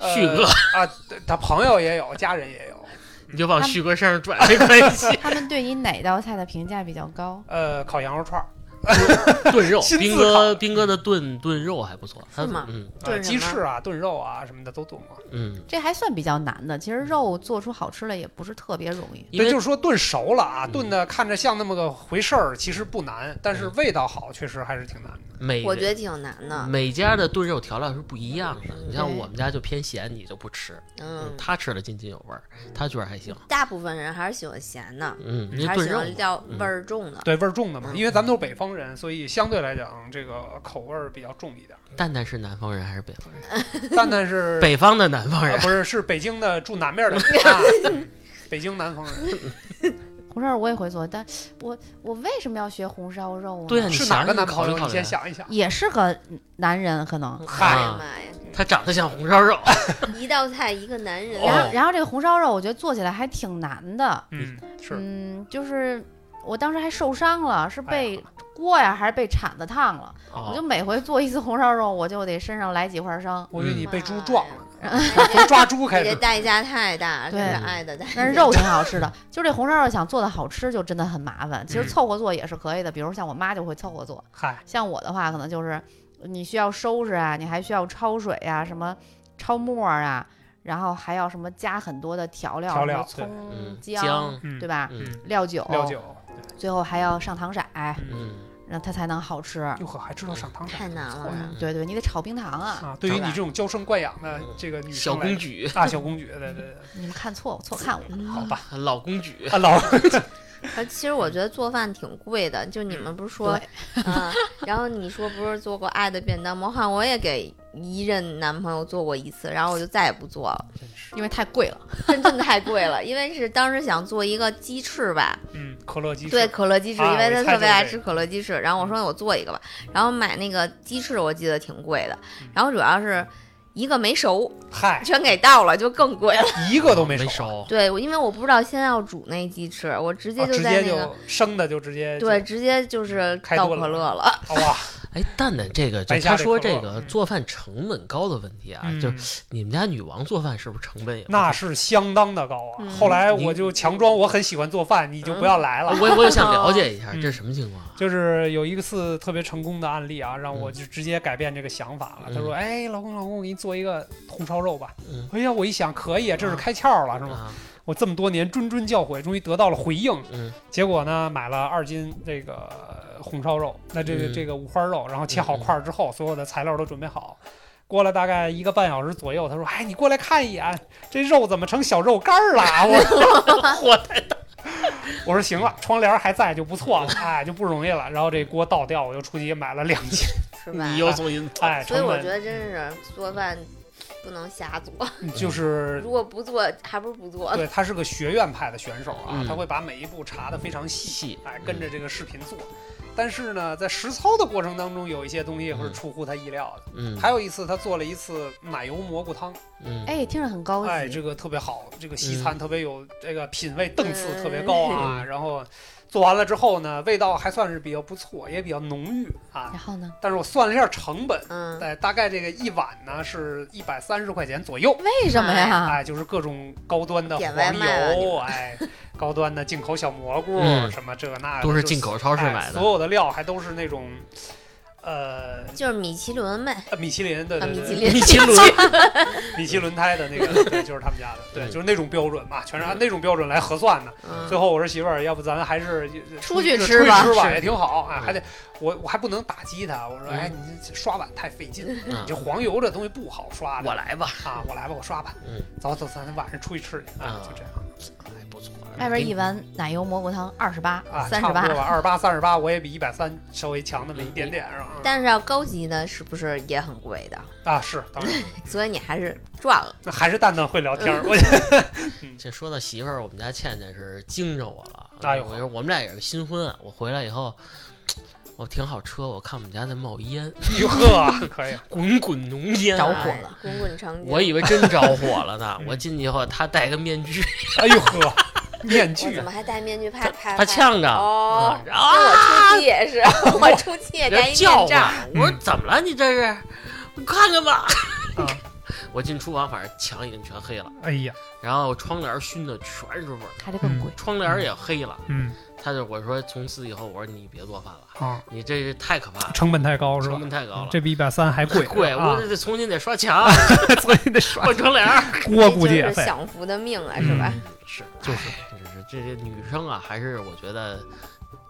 Speaker 1: 呃
Speaker 2: 旭哥，
Speaker 1: 啊，对他朋友也有，家人也有，
Speaker 2: 你就往旭哥身上转没关系。
Speaker 3: (laughs) (laughs) 他们对你哪道菜的评价比较高？
Speaker 1: 呃，烤羊肉串儿，
Speaker 2: 炖肉，
Speaker 1: 亲自
Speaker 2: 斌
Speaker 1: 烤
Speaker 2: 哥，斌哥的炖炖肉还不错。他
Speaker 4: 是吗
Speaker 2: 嗯
Speaker 1: 呃，
Speaker 4: 炖什
Speaker 1: 鸡
Speaker 4: 么
Speaker 1: 翅啊，炖肉啊什么的都炖过。
Speaker 2: 嗯，
Speaker 3: 这还算比较难的。其实肉做出好吃的也不是特别容易。
Speaker 2: 因
Speaker 1: 对，
Speaker 2: 为
Speaker 1: 就是说炖熟了啊，
Speaker 2: 嗯
Speaker 1: 炖的看着像那么个回事儿，其实不难，但是味道好确实还是挺难的。
Speaker 2: 每
Speaker 4: 我觉得挺难的。
Speaker 2: 每家的炖肉调料是不一样的。你像
Speaker 3: 对
Speaker 2: 我们家就偏咸，你就不吃。
Speaker 4: 嗯
Speaker 2: 嗯，，他吃了津津有味儿，他觉得还行。
Speaker 4: 大部分人还是喜欢咸的，
Speaker 2: 嗯，因为
Speaker 4: 还是
Speaker 2: 炖
Speaker 4: 喜
Speaker 2: 肉
Speaker 4: 欢
Speaker 2: 嘛
Speaker 4: 料
Speaker 2: 嗯
Speaker 4: 味儿重的。
Speaker 1: 对味儿重的嘛，
Speaker 4: 嗯
Speaker 1: 因为咱们都是北方人，所以相对来讲这个口味儿比较重一点。
Speaker 2: 蛋蛋是南方人还是北方人？
Speaker 1: 蛋蛋是
Speaker 2: 北方的南方
Speaker 1: 啊
Speaker 2: 人。
Speaker 1: 不是是北京的住南面的人啊，北京南方人。
Speaker 3: 红烧肉我也会做，但我我为什么要学红烧肉呢？
Speaker 2: 对啊，你
Speaker 1: 是
Speaker 2: 想
Speaker 1: 哪个
Speaker 2: 让他
Speaker 1: 男
Speaker 2: 考
Speaker 1: 朋
Speaker 2: 虑
Speaker 1: 友？
Speaker 2: 考
Speaker 1: 你
Speaker 2: 虑
Speaker 1: 先。想一想。
Speaker 3: 也是个男人可能。
Speaker 1: 啊
Speaker 4: 哎
Speaker 2: 嗨
Speaker 4: 呀，妈呀， (laughs)
Speaker 2: 他长得像红烧肉。
Speaker 4: 一道菜一个男人，啊
Speaker 3: 然
Speaker 2: 哦
Speaker 3: 后然后这个红烧肉，我觉得做起来还挺难的。
Speaker 1: 嗯，是
Speaker 3: 嗯，就是我当时还受伤了，是
Speaker 1: 哎
Speaker 3: 被锅呀，还是被铲子烫了？我
Speaker 2: 哦，
Speaker 3: 就每回做一次红烧肉，我就得身上来几块伤。
Speaker 1: 我以为你
Speaker 4: 嗯
Speaker 1: 被猪撞
Speaker 4: (laughs)
Speaker 1: 了呢，从 (laughs)
Speaker 4: 你
Speaker 1: 抓猪开
Speaker 4: 这
Speaker 1: 始。
Speaker 4: 代价太大了，这
Speaker 3: 对
Speaker 4: 是爱的代价。
Speaker 3: 但
Speaker 4: (laughs)
Speaker 3: 是肉挺好吃的，就是这红烧肉想做的好吃就真的很麻烦。其
Speaker 1: 嗯
Speaker 3: 实凑合做也是可以的，比如像我妈就会凑合做，
Speaker 1: 嗨，
Speaker 3: 像我的话可能就是你需要收拾啊，你还需要焯水啊，什么焯沫儿啊，然后还要什么加很多的调料，
Speaker 1: 调料
Speaker 3: 什么
Speaker 2: 嗯
Speaker 3: 葱、姜，
Speaker 1: 嗯
Speaker 3: 对吧？
Speaker 2: 嗯
Speaker 3: 料酒，
Speaker 1: 料，酒，
Speaker 3: 最后还要上糖色，
Speaker 1: 嗯，
Speaker 2: 嗯，
Speaker 3: 让它才能好吃。
Speaker 1: 哟呵，还知道上糖
Speaker 4: 太难了
Speaker 1: 不错呀
Speaker 3: 嗯，对对，你得炒冰糖啊！
Speaker 1: 啊！对于
Speaker 3: 对
Speaker 1: 你
Speaker 3: 吧
Speaker 1: 这种娇生惯养的这个女
Speaker 2: 嗯小
Speaker 1: 生来
Speaker 2: 公
Speaker 1: 说，
Speaker 2: 举，
Speaker 1: 啊，小公举，对对对，
Speaker 3: 你们看错，我错看我。
Speaker 1: 好
Speaker 2: (laughs)
Speaker 1: 吧，
Speaker 2: 老公举。
Speaker 1: 啊老
Speaker 4: 而呃其实我觉得做饭挺贵的，就你们不是 (laughs) 说，嗯，然后你说不是做过《爱的便当》吗？我好像我也给一任男朋友做过一次，然后我就再也不做了。
Speaker 1: 真是
Speaker 5: 因为太贵了。
Speaker 4: 真真太贵了，因为是当时想做一个鸡翅吧，
Speaker 1: 嗯，可乐鸡翅
Speaker 4: 对，可乐鸡翅，
Speaker 1: 啊
Speaker 4: 因为
Speaker 1: 我
Speaker 4: 他
Speaker 1: 一猜
Speaker 4: 特
Speaker 1: 就是
Speaker 4: 别
Speaker 1: 嗯
Speaker 4: 爱
Speaker 1: 这
Speaker 4: 吃可乐鸡翅。然后我说我做一个吧，然后买那个鸡翅，我记得挺贵的
Speaker 1: 嗯，
Speaker 4: 然后主要是一个没熟，
Speaker 1: 嗨，
Speaker 4: 全给倒了，就更贵了。 (laughs)
Speaker 1: 一个都没啊
Speaker 2: 没
Speaker 1: 少，
Speaker 2: 熟，
Speaker 4: 对，我因为我不知道先要煮那鸡翅，我直接
Speaker 1: 啊
Speaker 4: 就
Speaker 1: 直
Speaker 4: 在
Speaker 1: 接
Speaker 4: 那个、
Speaker 1: 就生的就直接就嗯
Speaker 4: 对，直接就是
Speaker 1: 开
Speaker 4: 倒
Speaker 1: 多
Speaker 4: 可
Speaker 1: 了
Speaker 4: 乐了。
Speaker 1: 啊哇，
Speaker 2: 哎，蛋蛋这个，就
Speaker 1: 白瞎
Speaker 2: 他
Speaker 1: 这
Speaker 2: 说
Speaker 1: 口
Speaker 2: 这
Speaker 1: 乐
Speaker 2: 个
Speaker 1: 嗯
Speaker 2: 做饭成本高的问题啊，
Speaker 1: 嗯
Speaker 2: 就你们家女王做饭是不是成本也不
Speaker 1: 那
Speaker 2: 低
Speaker 1: 是相当的高啊
Speaker 4: 嗯。
Speaker 1: 后来
Speaker 2: 你
Speaker 1: 我就强装我很喜欢做饭，你就不要来
Speaker 4: (laughs)
Speaker 1: 了。
Speaker 2: 我我也想了解一下，
Speaker 1: 嗯
Speaker 2: 这是什么情况啊？
Speaker 1: 就是有一次特别成功的案例啊，让我就直接改变这个想法了。
Speaker 2: 嗯
Speaker 1: 他说：“哎，老公，老公，我给你做一个红烧肉吧。
Speaker 2: 嗯”
Speaker 1: 哎呀，我一想可以，这是开窍了，是吗？
Speaker 2: 啊，
Speaker 1: 我这么多年谆谆教诲，终于得到了回应。
Speaker 2: 嗯
Speaker 1: 结果呢，买了二斤这个呃红烧肉，那这个、
Speaker 2: 嗯
Speaker 1: 这个五花肉，然后切好块儿之后，所有的材料都准备好。过了大概一个半小时左右，他说：“哎，你过来看一眼，这肉怎么成小肉干儿了
Speaker 2: (laughs)
Speaker 1: 啊？”我说 (laughs)
Speaker 2: 火太
Speaker 1: 我说行了，窗帘还在就不错了，哎，就不容易了。然后这锅倒掉，我又出去买了两斤，
Speaker 4: 是吧
Speaker 2: 你？又重新做
Speaker 1: 哎，
Speaker 4: 所以
Speaker 1: 成
Speaker 4: 我
Speaker 1: 本
Speaker 4: 觉得真是做饭不能瞎做，
Speaker 1: 就是
Speaker 4: 如果不做还不如不做。
Speaker 1: 对他是个学院派的选手啊
Speaker 2: 嗯，
Speaker 1: 他会把每一步查得非常细，
Speaker 2: 细，嗯
Speaker 1: 哎，跟着这个视频做。但是呢，在实操的过程当中，有一些东西会
Speaker 2: 嗯
Speaker 1: 出乎他意料的。
Speaker 2: 嗯，
Speaker 1: 还有一次，他做了一次奶油蘑菇汤，
Speaker 2: 嗯，
Speaker 3: 哎，听着很高级。
Speaker 1: 哎，这个特别好，这个西餐特别有这个品味，档次
Speaker 4: 嗯
Speaker 1: 特别
Speaker 2: (laughs)
Speaker 1: 高啊。然后做完了之后呢，味道还算是比较不错，也比较浓郁啊。
Speaker 3: 然后呢？
Speaker 1: 但是我算了一下成本，
Speaker 4: 嗯，
Speaker 1: 哎，大概这个一碗呢是一百三十块钱左右。
Speaker 3: 为什么
Speaker 2: 啊
Speaker 3: 呀？
Speaker 1: 哎，就是各种高端的
Speaker 4: 点
Speaker 1: 黄
Speaker 4: 外卖了你
Speaker 1: 油，哎，高端的进口小蘑菇，
Speaker 2: 嗯
Speaker 1: 什么这个那的，
Speaker 2: 都
Speaker 1: 就是
Speaker 2: 进口超市
Speaker 1: 哎
Speaker 2: 买的
Speaker 1: 所，有的料还都是那种，呃，
Speaker 4: 就是米其林呗，
Speaker 1: 呃米其林的，
Speaker 4: 啊
Speaker 1: 对
Speaker 4: 米
Speaker 1: 对
Speaker 4: 其
Speaker 1: 对 (laughs)
Speaker 4: 林，
Speaker 2: 米其林，
Speaker 4: (laughs)
Speaker 2: (laughs)
Speaker 1: 米其轮胎的那个，对，就是他们家的，对，
Speaker 2: 嗯
Speaker 1: 就是那种标准嘛，全是按那种标准来核算的。
Speaker 4: 嗯
Speaker 1: 最，后我说媳妇儿，要不咱还是呃
Speaker 5: 出去
Speaker 1: 出
Speaker 5: 吃
Speaker 1: 去
Speaker 5: 吧
Speaker 1: 吃吧
Speaker 2: 是
Speaker 1: 也挺好啊，
Speaker 2: 嗯
Speaker 1: 还得我我还不能打击他，我说
Speaker 2: 嗯
Speaker 1: 哎，你这刷碗太费劲，你
Speaker 2: 嗯
Speaker 1: 这黄油这东西不好刷的
Speaker 2: 我来吧，
Speaker 1: 啊，我来吧，我刷吧，
Speaker 2: 嗯，
Speaker 1: 走走，咱晚上出去吃去啊
Speaker 2: 啊，
Speaker 1: 就这样。
Speaker 2: 哎，不错，
Speaker 3: 外边一碗奶油蘑菇汤二十八
Speaker 1: 啊，、
Speaker 3: 三
Speaker 1: 差不多
Speaker 3: 十八，
Speaker 1: 吧，二十八、三十八，我也比一百三稍微强那么一点点，
Speaker 2: 嗯
Speaker 1: 是吧？
Speaker 4: 但是要高级的，是不是也很贵的？
Speaker 1: 啊，是，当然，
Speaker 4: 所以你还是赚了。
Speaker 1: 那还是蛋蛋会聊天儿，我觉得
Speaker 2: 这说到媳妇儿，我们家倩倩是惊着我了。
Speaker 1: 哎呦
Speaker 2: 我说我们俩也是新婚啊，我回来以后，我停好车，我看我们家在冒烟， (laughs)
Speaker 1: 哟
Speaker 2: 啊
Speaker 1: 呵， (laughs) 可以，。
Speaker 2: 滚滚浓烟、
Speaker 3: 着
Speaker 2: 啊，
Speaker 3: 火了
Speaker 4: 哎，滚滚长
Speaker 2: 我
Speaker 4: 江。
Speaker 2: 以为真着火了呢
Speaker 1: 嗯
Speaker 2: 我进去以后，她戴个面
Speaker 4: (laughs)
Speaker 2: 具，
Speaker 1: 哎呦呵，面
Speaker 4: 我
Speaker 1: 具啊
Speaker 3: (laughs)
Speaker 4: 怎么，还戴面具拍拍？
Speaker 2: 她
Speaker 4: 拍
Speaker 2: 呛着
Speaker 4: 哦
Speaker 2: 嗯
Speaker 4: 那
Speaker 2: 啊，
Speaker 4: 我出去也是， (laughs) 我出去也戴
Speaker 2: 人
Speaker 4: 一
Speaker 2: 叫
Speaker 4: 面
Speaker 2: 我
Speaker 4: 罩。，
Speaker 2: 我
Speaker 1: 嗯
Speaker 2: 说怎么了？你这是？你看看吧。
Speaker 1: 啊
Speaker 2: (laughs) 我进厨房，反正墙已经全黑了，
Speaker 1: 哎呀，
Speaker 2: 然后窗帘熏的全是味儿，
Speaker 3: 还得更贵。
Speaker 2: 窗帘也黑了。
Speaker 1: 嗯
Speaker 2: 她就我说从此以后，我说你别做饭了，
Speaker 1: 啊，
Speaker 2: 你这是太可怕了，
Speaker 1: 成本太高是吧
Speaker 2: 成？本太高了。
Speaker 1: 这比一百三还贵，
Speaker 2: 贵，
Speaker 1: 啊
Speaker 2: 我，得重新得刷墙，
Speaker 1: (laughs) 所以得刷
Speaker 2: 换窗帘儿。
Speaker 1: 锅，
Speaker 4: 这
Speaker 1: 估计也
Speaker 4: 就是
Speaker 1: 费。
Speaker 4: 享福的命啊， (laughs) 是
Speaker 2: 嗯
Speaker 4: 吧？
Speaker 2: 是，就是，就是这些女生啊，还是我觉得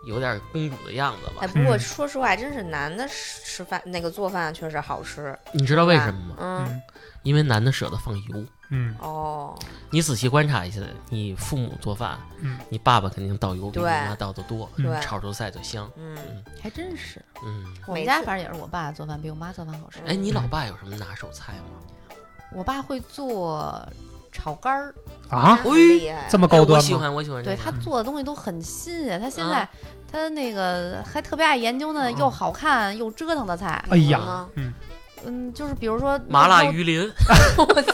Speaker 2: 有点公主的样子吧
Speaker 4: 哎，。不过说实话，真是男的吃吃饭那个做饭确实好吃。
Speaker 2: 你知道为什么吗？
Speaker 4: 嗯，
Speaker 1: 嗯
Speaker 2: 因为男的舍得放油。
Speaker 1: 嗯，
Speaker 4: 哦，
Speaker 2: 你仔细观察一下，你父母做饭，
Speaker 1: 嗯
Speaker 2: 你爸爸肯定倒油比你
Speaker 4: 对
Speaker 2: 妈倒的多，
Speaker 1: 嗯
Speaker 4: 对，
Speaker 2: 炒出菜就香。
Speaker 4: 嗯，
Speaker 3: 还真是。
Speaker 2: 嗯，
Speaker 3: 我们
Speaker 4: 没
Speaker 3: 家
Speaker 4: 错
Speaker 3: 反正也是我爸做饭比我妈做饭好吃。
Speaker 2: 哎，
Speaker 4: 嗯
Speaker 2: 你老爸有什么拿手菜吗？
Speaker 3: 我爸会做炒肝儿，
Speaker 1: 啊，
Speaker 4: 真厉害。
Speaker 1: 这么
Speaker 2: 哎
Speaker 1: 高
Speaker 2: 我
Speaker 1: 端
Speaker 2: 喜
Speaker 1: 吗？
Speaker 2: 欢，我喜欢这
Speaker 3: 对
Speaker 2: 个。
Speaker 3: 他做的东西都很新鲜。他现
Speaker 2: 嗯啊
Speaker 3: 在他那个还特别爱研究呢，又
Speaker 1: 嗯
Speaker 3: 好看又折腾的菜。
Speaker 1: 哎呀
Speaker 4: 嗯，
Speaker 1: 嗯
Speaker 3: 嗯，就是比如说
Speaker 2: 麻辣
Speaker 3: 弄
Speaker 2: 鱼鳞，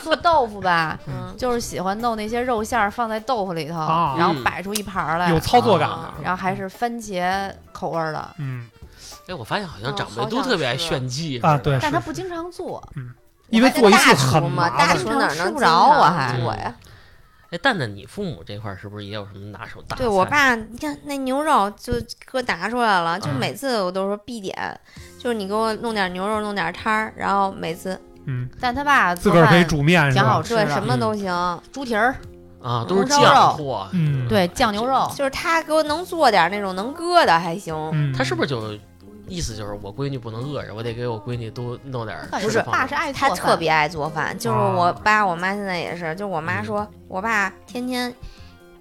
Speaker 3: 做豆腐 (laughs) 吧，
Speaker 4: 嗯，
Speaker 3: 就是喜欢弄那些肉馅儿放在豆腐里头，
Speaker 1: 啊
Speaker 3: 然后
Speaker 2: 嗯
Speaker 3: 摆出一盘儿来
Speaker 1: 有，嗯操作感
Speaker 2: 啊
Speaker 4: 哦
Speaker 3: 然后还是番茄口味儿的。
Speaker 1: 嗯，
Speaker 2: 哎，我发现好像
Speaker 4: 哦
Speaker 2: 长辈
Speaker 4: 好
Speaker 2: 都
Speaker 4: 想
Speaker 2: 特别爱
Speaker 4: 吃
Speaker 2: 炫技
Speaker 1: 啊
Speaker 2: 似的
Speaker 1: 对
Speaker 3: 但
Speaker 1: 是
Speaker 3: 他不经常做，
Speaker 1: 因为做一次
Speaker 4: 大厨
Speaker 1: 很
Speaker 4: 嘛，
Speaker 1: 麻
Speaker 4: 大
Speaker 1: 烦
Speaker 4: 厨，哪能
Speaker 3: 吃不着啊
Speaker 4: 经常
Speaker 2: 还
Speaker 4: 做呀？
Speaker 2: 哎，蛋蛋，你父母这块儿是不是也有什么拿手大菜？
Speaker 4: 对我爸，你看那牛肉就给我拿出来了，就
Speaker 2: 嗯
Speaker 4: 每次我都说必点，就是你给我弄点牛肉，弄点汤儿，然后每次
Speaker 1: 嗯，
Speaker 3: 但他爸
Speaker 1: 自
Speaker 3: 做
Speaker 1: 个儿可以
Speaker 3: 饭
Speaker 1: 煮面是
Speaker 3: 挺好
Speaker 1: 吧？
Speaker 3: 吃
Speaker 4: 对
Speaker 3: 的，
Speaker 4: 什么都行，
Speaker 3: 猪蹄儿，
Speaker 2: 啊，都是
Speaker 3: 红烧
Speaker 2: 酱
Speaker 3: 肉
Speaker 2: 货，
Speaker 1: 嗯
Speaker 3: 对酱牛肉，
Speaker 4: 就是他给我能做点那种能搁的还行。
Speaker 1: 嗯，
Speaker 2: 他是不是就意思就是我闺女不能饿着，我得给我闺女多弄点儿
Speaker 3: 感
Speaker 2: 吃嗯
Speaker 3: 觉
Speaker 2: 的
Speaker 3: 我
Speaker 2: 放
Speaker 3: 爸是
Speaker 2: 着？
Speaker 3: 爱
Speaker 4: 他
Speaker 3: 做
Speaker 4: 特
Speaker 3: 饭
Speaker 4: 别爱做饭，就是
Speaker 1: 啊
Speaker 4: 我爸我妈现在也是，就我妈说我爸天天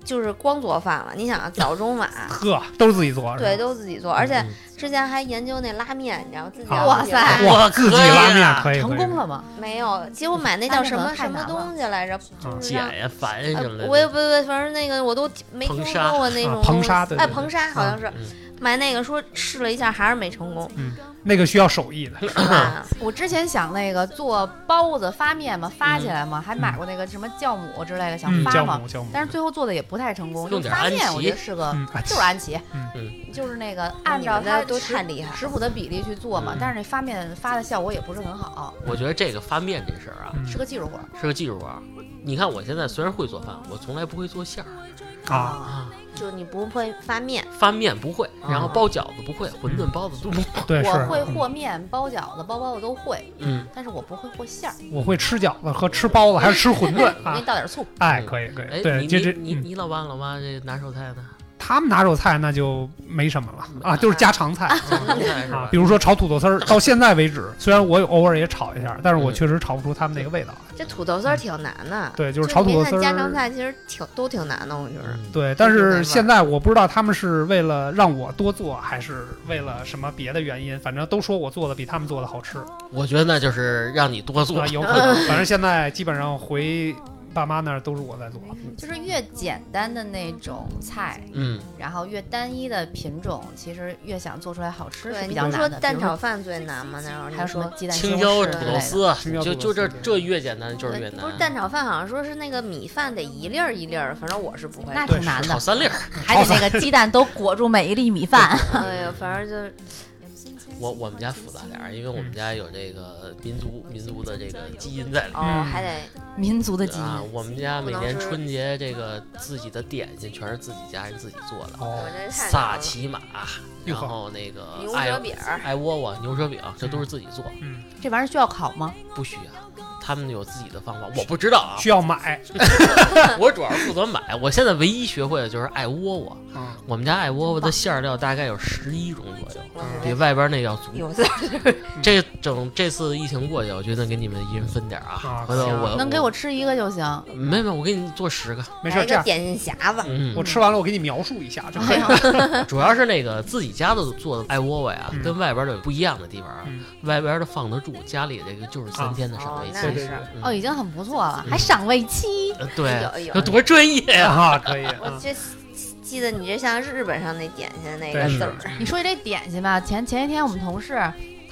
Speaker 4: 就是光做饭了。你想啊早中晚
Speaker 1: 呵，都自己做是吧？
Speaker 4: 对，都自己做，而
Speaker 2: 嗯
Speaker 4: 且之前还研究那拉面，你知道自己要
Speaker 1: 哇
Speaker 4: 自己拉
Speaker 3: 塞
Speaker 1: 哇，自己拉面可以，
Speaker 3: 成
Speaker 1: 可以
Speaker 3: 功了吗？
Speaker 4: 没有，结果买那叫什么什么东西来着，
Speaker 1: 嗯
Speaker 4: 就是
Speaker 2: 姐
Speaker 4: 让。
Speaker 2: 呀，烦呀什么
Speaker 4: 呃
Speaker 2: 的。
Speaker 4: 我也不不，反正那个我都没听
Speaker 2: 硼
Speaker 4: 说
Speaker 2: 砂
Speaker 4: 过那种
Speaker 1: 啊硼砂对对
Speaker 4: 东西哎，
Speaker 1: 对
Speaker 4: 硼砂好像是
Speaker 2: 嗯
Speaker 4: 买那个说试了一下，还是没成
Speaker 2: (laughs)
Speaker 4: 功，啊
Speaker 1: 那个需要手艺的，
Speaker 4: 是吧？
Speaker 3: 我之前想那个做包子发面嘛，发起来嘛，还买过那个什么酵母之类的，想
Speaker 1: 嗯，
Speaker 3: 发
Speaker 1: 酵
Speaker 3: 嘛，
Speaker 1: 母酵母，
Speaker 3: 但是最后做的也不太成功。
Speaker 2: 用
Speaker 3: 就
Speaker 2: 点
Speaker 3: 发
Speaker 2: 安
Speaker 3: 面，我
Speaker 2: 琪
Speaker 3: 觉得是个
Speaker 1: 嗯，哎
Speaker 3: 就是安琪，
Speaker 2: 嗯
Speaker 3: 就是那个按照
Speaker 4: 你们
Speaker 3: 它
Speaker 4: 那都
Speaker 3: 食
Speaker 4: 太厉害了
Speaker 3: 食谱的比例去做嘛
Speaker 1: 嗯。
Speaker 3: 但是那发面发的效果也不是很好，
Speaker 2: 我觉得这个发面这事儿啊，
Speaker 1: 嗯
Speaker 3: 是个技术活儿。
Speaker 2: 是个技术活儿。你看我现在虽然会做饭，我从来不会做馅儿
Speaker 1: 啊，
Speaker 2: 啊，
Speaker 4: 就你不会发面，
Speaker 2: 翻面不会，
Speaker 3: 啊
Speaker 2: 然后包饺子不会，馄
Speaker 1: 嗯
Speaker 2: 饨包子都不会。
Speaker 1: 对，是啊嗯
Speaker 3: 我会和面、包饺子、包包子都会，
Speaker 1: (laughs)
Speaker 2: 嗯，
Speaker 3: 但是我不会和馅儿，
Speaker 1: 嗯我会吃饺子和吃包子还是吃馄饨
Speaker 3: 我给
Speaker 1: 啊
Speaker 3: 你？倒点醋。
Speaker 1: 哎，可以可以，
Speaker 2: 哎，
Speaker 1: 对，
Speaker 2: 你
Speaker 1: 这这
Speaker 2: 你你
Speaker 1: 嗯
Speaker 2: 你老爸老妈这拿手菜
Speaker 1: (laughs)
Speaker 2: 呢？
Speaker 1: 他们拿手菜那就没什么了啊，就是家常菜。
Speaker 2: 拿手菜嗯是
Speaker 1: 啊
Speaker 2: 吧，
Speaker 1: 比？如说炒土豆丝儿，到现在为止，虽然我偶尔也炒一下，但是我
Speaker 2: 嗯
Speaker 1: 确实炒不出他们那个味道来。
Speaker 4: 这土豆丝儿挺难的。
Speaker 1: 对，就
Speaker 4: 就是
Speaker 1: 炒土豆丝
Speaker 4: 你
Speaker 1: 儿。
Speaker 4: 别看家常菜其实挺都挺难的，我觉得。
Speaker 2: 嗯
Speaker 1: 对，但
Speaker 4: 就那味
Speaker 1: 是
Speaker 4: 儿
Speaker 1: 现在我不知道他们是为了让我多做，还是为了什么别的原因，反正都说我做的比他们做的好
Speaker 3: (laughs)
Speaker 1: 吃，啊、
Speaker 2: 我觉得那就是让你多做。
Speaker 1: 有可能。反正现在基本上回爸妈那儿都是我在做，
Speaker 3: (laughs) 就是越简单的那种菜，
Speaker 2: 嗯，
Speaker 3: 然后越单一的品种，其实越想做出来好吃是
Speaker 4: 对，
Speaker 3: 比
Speaker 4: 你
Speaker 3: 较
Speaker 4: 不说
Speaker 3: 难的。
Speaker 4: 蛋
Speaker 3: 比如
Speaker 4: 炒
Speaker 3: 说
Speaker 4: 饭最难吗？那时候
Speaker 3: 还有
Speaker 4: 你
Speaker 3: 什么
Speaker 4: 说。
Speaker 3: 鸡蛋西
Speaker 2: 青
Speaker 3: 红
Speaker 2: 椒土
Speaker 3: 柿之
Speaker 2: 豆
Speaker 3: 类的。
Speaker 2: 丝啊
Speaker 1: 青椒，
Speaker 2: 就
Speaker 1: 土豆
Speaker 2: 就
Speaker 1: 丝
Speaker 2: 这
Speaker 1: 对
Speaker 2: 这越简单就是越
Speaker 4: 呃
Speaker 2: 难。
Speaker 4: 不是蛋炒饭，好像说是那个米饭得一粒儿一粒儿，反正我是不会。
Speaker 3: 那
Speaker 1: 对
Speaker 3: 挺难
Speaker 2: 炒
Speaker 3: 的，
Speaker 2: 三粒儿，
Speaker 3: 还得那个鸡蛋都裹住每一粒米饭。
Speaker 4: 哎呀，反正就是
Speaker 3: 嗯
Speaker 2: 我我们家复杂点儿，因为
Speaker 1: 嗯
Speaker 2: 我们家有这个民族民族的这个基因在里面。
Speaker 4: 哦，还得
Speaker 3: 民族的基
Speaker 2: 啊，
Speaker 3: 因，
Speaker 2: 我们家每
Speaker 4: 不能
Speaker 2: 年
Speaker 4: 吃
Speaker 2: 春节这个自己的点心全是自己家人自己做的，
Speaker 1: 哦
Speaker 4: 我这太难
Speaker 2: 萨
Speaker 4: 了
Speaker 2: 琪玛，
Speaker 1: 哟
Speaker 2: 然
Speaker 1: 呵
Speaker 2: 后那个
Speaker 4: 牛
Speaker 2: 艾
Speaker 4: 舌饼儿，
Speaker 2: 艾窝窝、牛舌饼，这都是自己做，
Speaker 1: 嗯，
Speaker 3: 这玩意儿需要烤吗？
Speaker 2: 不需要，他们有自己的方法，我不知
Speaker 4: (laughs)
Speaker 2: 道啊，
Speaker 1: 需要买，
Speaker 2: 我主要是负责买。我现在唯一学会的就是艾窝窝，
Speaker 1: 嗯，
Speaker 2: 我们家艾窝窝的馅儿料大概有十一种左右，
Speaker 4: 我觉
Speaker 2: 比
Speaker 4: 得
Speaker 2: 外边那要足。 (laughs)
Speaker 4: 有字儿
Speaker 2: 这整这次疫情过去，我决定给你们一人分点儿啊
Speaker 1: 啊，
Speaker 2: 回头
Speaker 1: 行
Speaker 2: 我嗯
Speaker 3: 能给我吃一个就行。
Speaker 2: 没没，我给你做十个，
Speaker 1: 没
Speaker 4: 来
Speaker 1: 事，
Speaker 4: 一
Speaker 1: 这
Speaker 3: 哎
Speaker 4: 个
Speaker 1: 样
Speaker 4: 点心匣子，
Speaker 2: 嗯，
Speaker 1: 我吃完了我给你描述一下就可以了。
Speaker 2: 主要是那个自己家的做的艾窝窝呀
Speaker 1: 嗯，
Speaker 2: 跟外边的有不一样的地方啊
Speaker 1: 嗯。
Speaker 2: 外边的放得住，家里这个就是三天的赏味期
Speaker 4: 啊哦。那
Speaker 1: 对
Speaker 4: 是
Speaker 2: 嗯
Speaker 3: 哦，已经很不错了，
Speaker 2: 嗯
Speaker 3: 还赏味期。
Speaker 2: 呃对，
Speaker 4: 有有
Speaker 2: 有。多专业呀！
Speaker 1: 啊，可以
Speaker 4: 我
Speaker 1: 啊，
Speaker 4: 这记得你这像日本上那点心那
Speaker 1: 对
Speaker 4: 个
Speaker 1: 是
Speaker 4: 字儿，
Speaker 3: 你说起这点心吧，前前些天我们同事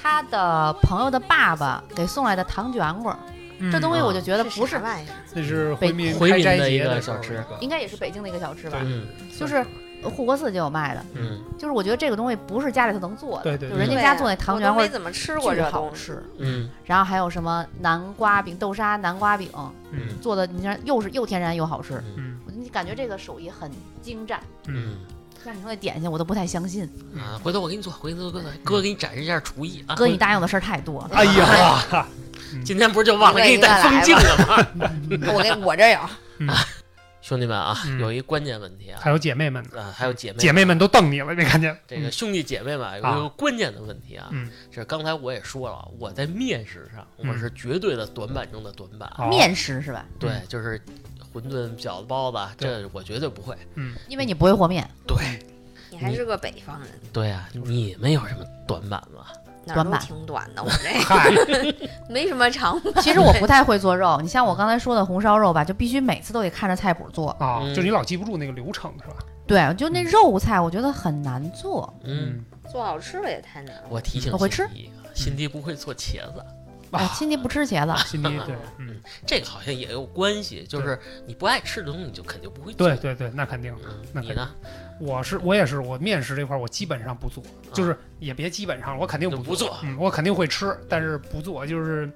Speaker 3: 他的朋友的爸爸给送来的糖卷棍儿，
Speaker 2: 嗯
Speaker 3: 这东西
Speaker 2: 啊
Speaker 3: 我就觉得呃不
Speaker 4: 啥
Speaker 3: 是，
Speaker 4: 玩意儿，
Speaker 1: 嗯那是回民
Speaker 2: 回
Speaker 1: 开
Speaker 2: 民
Speaker 1: 斋
Speaker 2: 的一
Speaker 1: 节
Speaker 2: 个
Speaker 1: 时候
Speaker 2: 小吃
Speaker 1: 一
Speaker 3: 应
Speaker 1: 个
Speaker 3: 该也是北京的一个小吃吧，
Speaker 2: 嗯
Speaker 3: 就是护国寺就有卖的。
Speaker 2: 嗯
Speaker 3: 就是我觉得这个东西不是家里头能做的，
Speaker 1: 对对
Speaker 3: 就
Speaker 1: 对
Speaker 3: 人家家做那糖
Speaker 4: 啊我都
Speaker 3: 卷棍
Speaker 4: 没
Speaker 3: 儿
Speaker 4: 怎么吃过
Speaker 3: 巨
Speaker 4: 这
Speaker 3: 好
Speaker 4: 东西，
Speaker 3: 吃。
Speaker 2: 嗯
Speaker 3: 然后还有什么南瓜饼、豆沙南瓜饼
Speaker 1: 嗯
Speaker 3: 做的，你看又是又天然又好吃，
Speaker 1: 嗯
Speaker 3: 我就感觉这个手艺很精湛。
Speaker 1: 嗯，
Speaker 2: 嗯
Speaker 3: 像你说那点心，我都不太相信。
Speaker 1: 嗯
Speaker 2: 啊，回头我给你做，回头哥哥给你展示一下厨艺啊。
Speaker 3: 哥，你答应的事儿太多了。
Speaker 1: 哎呀，
Speaker 2: 今天不是就忘了给你带风镜了
Speaker 1: (laughs)
Speaker 2: 吗？
Speaker 4: (laughs) (laughs) 我给我这有，
Speaker 2: 兄弟们啊
Speaker 1: 嗯，
Speaker 2: 有一关键问题啊
Speaker 1: 还有姐妹们呢，
Speaker 2: 啊，还有姐妹
Speaker 1: 姐妹们都瞪你了，没看见？嗯
Speaker 2: 这个兄弟姐妹们啊有
Speaker 1: 啊
Speaker 2: 一个关键的问题啊
Speaker 1: 嗯，
Speaker 2: 这刚才我也说了，我在面食上
Speaker 1: 嗯哦
Speaker 2: 我是绝对的短板中的短板，
Speaker 1: 好
Speaker 3: 面食是吧？
Speaker 2: 对，就是馄饨、饺子、包子，
Speaker 1: 对
Speaker 2: 这我绝对不会。
Speaker 3: 因为你不会和面，
Speaker 2: 对
Speaker 4: 你
Speaker 3: 嗯
Speaker 4: 还是个北方人，
Speaker 2: 对啊，你们有什么短板吗？
Speaker 4: 哪儿
Speaker 3: 短
Speaker 4: 都
Speaker 3: 板
Speaker 4: 挺短的，我
Speaker 3: (laughs)
Speaker 4: 这
Speaker 1: 嗨，
Speaker 2: 嗯
Speaker 4: 没什么长处。
Speaker 3: 其实我不太会做肉。你像我刚才说的红烧肉吧，就必须每次都得看着菜谱做。
Speaker 1: 啊，
Speaker 2: 嗯
Speaker 1: 就你老记不住那个流程是吧？
Speaker 3: 对，就那肉菜，我觉得很难做。
Speaker 2: 嗯，，
Speaker 4: 做好吃了也太难了。
Speaker 2: 我提醒
Speaker 3: 我会吃
Speaker 2: 辛迪一个，辛迪不会做茄子，
Speaker 3: 哎
Speaker 1: 啊，，
Speaker 3: 亲戚不吃茄子，
Speaker 1: 心里对，嗯，
Speaker 2: 这个好像也有关系，就是你不爱吃的东西，你就肯定不会做。
Speaker 1: 对对对，那肯定。
Speaker 2: 嗯，
Speaker 1: 那
Speaker 2: 你
Speaker 1: 肯
Speaker 2: 呢？
Speaker 1: 我是我也是，我面食这块儿我基本上不做，就是也别基本上，我肯定
Speaker 2: 啊就
Speaker 1: 不
Speaker 2: 不做
Speaker 1: 嗯，我肯定会吃，但是不做就是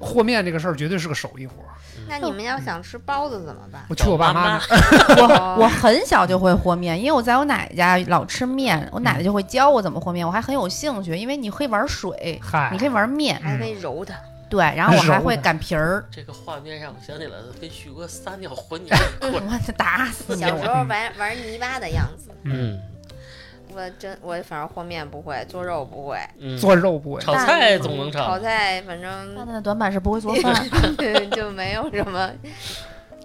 Speaker 1: 和面这个事儿绝对是个手艺活儿。
Speaker 4: 那你们要想吃包子怎么办？哦
Speaker 1: 我去我爸妈
Speaker 2: 妈
Speaker 1: 那，
Speaker 4: 我
Speaker 3: 我很小就会和面，因为我在我奶奶家老吃面，我奶奶就会教我怎么和面，我还很有兴趣，因为你可以玩水，
Speaker 1: 嗨，
Speaker 2: 嗯
Speaker 3: 你可以玩面，
Speaker 4: 还可以揉它，
Speaker 3: 对，然后我还会
Speaker 1: 揉的
Speaker 3: 擀皮儿，
Speaker 2: 这个画面让我想起来了，跟旭哥撒尿混尿一块儿。
Speaker 3: 我打死你！
Speaker 4: 小时
Speaker 3: 我
Speaker 4: 候玩玩泥巴的样子。
Speaker 1: 嗯
Speaker 2: 嗯
Speaker 4: 我真我反正和面不会，做肉不会，
Speaker 2: 嗯，
Speaker 1: 做肉不会，
Speaker 2: 炒菜总
Speaker 3: 嗯
Speaker 2: 能
Speaker 4: 炒
Speaker 2: 炒。
Speaker 4: 菜反
Speaker 3: 蛋
Speaker 4: 正 (laughs)
Speaker 3: 蛋的短板是不会做饭，
Speaker 4: 就没有什么。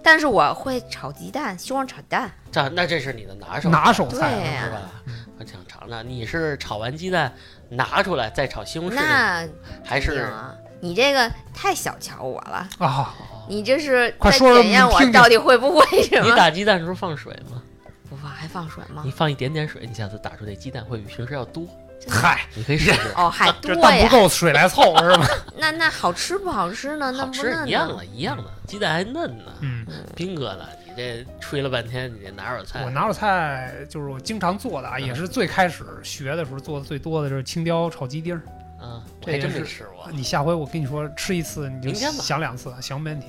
Speaker 4: 但是我会炒鸡蛋，西红柿炒蛋，
Speaker 2: 这那这是你的拿手
Speaker 1: 拿手
Speaker 4: 对
Speaker 1: 菜
Speaker 4: 呀
Speaker 2: 是
Speaker 1: 是吧？
Speaker 2: 吧
Speaker 1: 嗯？
Speaker 2: 我想尝尝，你是炒完鸡蛋拿出来再炒西
Speaker 1: 嗯
Speaker 2: 红柿呢，
Speaker 4: 那
Speaker 2: 还
Speaker 4: 定
Speaker 2: 是
Speaker 4: 啊！你这个太小瞧我了，
Speaker 1: 啊，
Speaker 4: 你这是
Speaker 1: 快
Speaker 4: 在
Speaker 1: 说说
Speaker 4: 检验
Speaker 1: 你
Speaker 4: 我
Speaker 1: 听听
Speaker 4: 到底会不会什
Speaker 2: 你
Speaker 4: 么？
Speaker 2: 打鸡蛋的时候放水吗？
Speaker 4: 不放还放水吗
Speaker 2: 你？放一点点水，你下次打出那鸡蛋会比平时要多，
Speaker 1: 嗨，
Speaker 2: 你可以试试。
Speaker 4: 哦，还
Speaker 1: 这
Speaker 4: 多
Speaker 1: 蛋不
Speaker 4: 呀。
Speaker 1: 够水来凑是吧？
Speaker 2: (laughs)
Speaker 4: 那那好吃不好吃
Speaker 2: 好
Speaker 4: 呢？嫩不
Speaker 2: 吃
Speaker 4: 嫩
Speaker 2: 一样
Speaker 4: 呢？
Speaker 2: 的，一样的，鸡蛋还嫩呢。
Speaker 1: 嗯，
Speaker 2: 斌哥呢？你这吹了半天，你这拿手菜
Speaker 1: 我拿手菜就是我经常做的啊，也是最开始学的时候做的最多的就是青椒炒鸡丁儿。
Speaker 2: 啊，我还
Speaker 1: 这也
Speaker 2: 真没
Speaker 1: 是
Speaker 2: 吃过。
Speaker 1: 啊你下回我跟你说吃一次你就
Speaker 2: 明天吧哦
Speaker 1: 想两次，行没问题。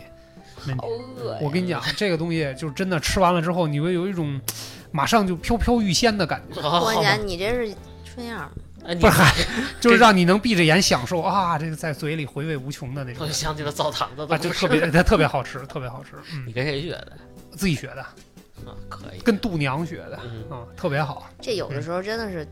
Speaker 1: 没问题
Speaker 4: 好饿呀！
Speaker 1: 我跟你讲，这个东西就是真的吃完了之后，你会有一种马上就飘飘欲仙的感觉，
Speaker 2: 哦好
Speaker 4: 我
Speaker 2: 好
Speaker 4: 跟你
Speaker 2: 吧
Speaker 4: 讲，你这是春样儿，
Speaker 2: 哎，你
Speaker 1: 不是，嗨就是
Speaker 2: 这
Speaker 1: 让你能闭着眼享受啊，这个在嘴里回味无穷的那种
Speaker 2: (laughs) 我就
Speaker 1: 感觉
Speaker 2: 想起了澡堂哎子的
Speaker 1: 啊，就
Speaker 2: 故事。
Speaker 1: 特别，它特别好吃，特别好吃，
Speaker 2: (laughs)
Speaker 1: 嗯
Speaker 2: 你，跟谁学的？
Speaker 1: 自己学的，
Speaker 2: 啊，可以。
Speaker 1: 跟度娘学的，
Speaker 2: 嗯，
Speaker 1: 啊，特别好。
Speaker 4: 这有的时候真的是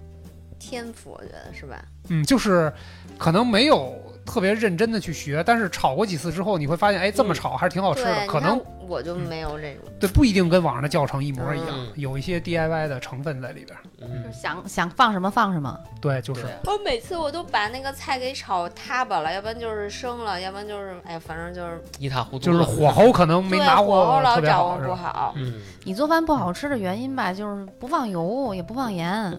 Speaker 4: 天赋，我觉得是吧？
Speaker 1: 嗯，就是可能没有特别认真的去学，但是炒过几次之后，你会发现，哎，这么
Speaker 2: 嗯
Speaker 1: 炒还是挺好吃的。
Speaker 4: 对，啊
Speaker 1: 可
Speaker 4: 你看
Speaker 1: 能
Speaker 4: 我就没有这种。
Speaker 1: 对不一定跟网上的教程一模一样，
Speaker 2: 嗯
Speaker 1: 有一些 DIY 的成分在里边。
Speaker 2: 嗯，
Speaker 3: 想想放什么放什么。
Speaker 1: 对，就是
Speaker 2: 对啊
Speaker 4: 我每次我都把那个菜给炒塌巴了，要不然就是生了，要不然就是哎，反正就是
Speaker 2: 一塌糊涂。
Speaker 1: 就是火。候可能没
Speaker 4: 对
Speaker 1: 拿
Speaker 4: 火
Speaker 1: 握
Speaker 4: 候老
Speaker 1: 特别
Speaker 4: 掌
Speaker 1: 好，
Speaker 4: 握
Speaker 1: 是
Speaker 4: 不
Speaker 1: 吧？
Speaker 4: 好。
Speaker 2: 嗯，
Speaker 3: 你做饭不好吃的原因吧，就是不放油，也不放盐。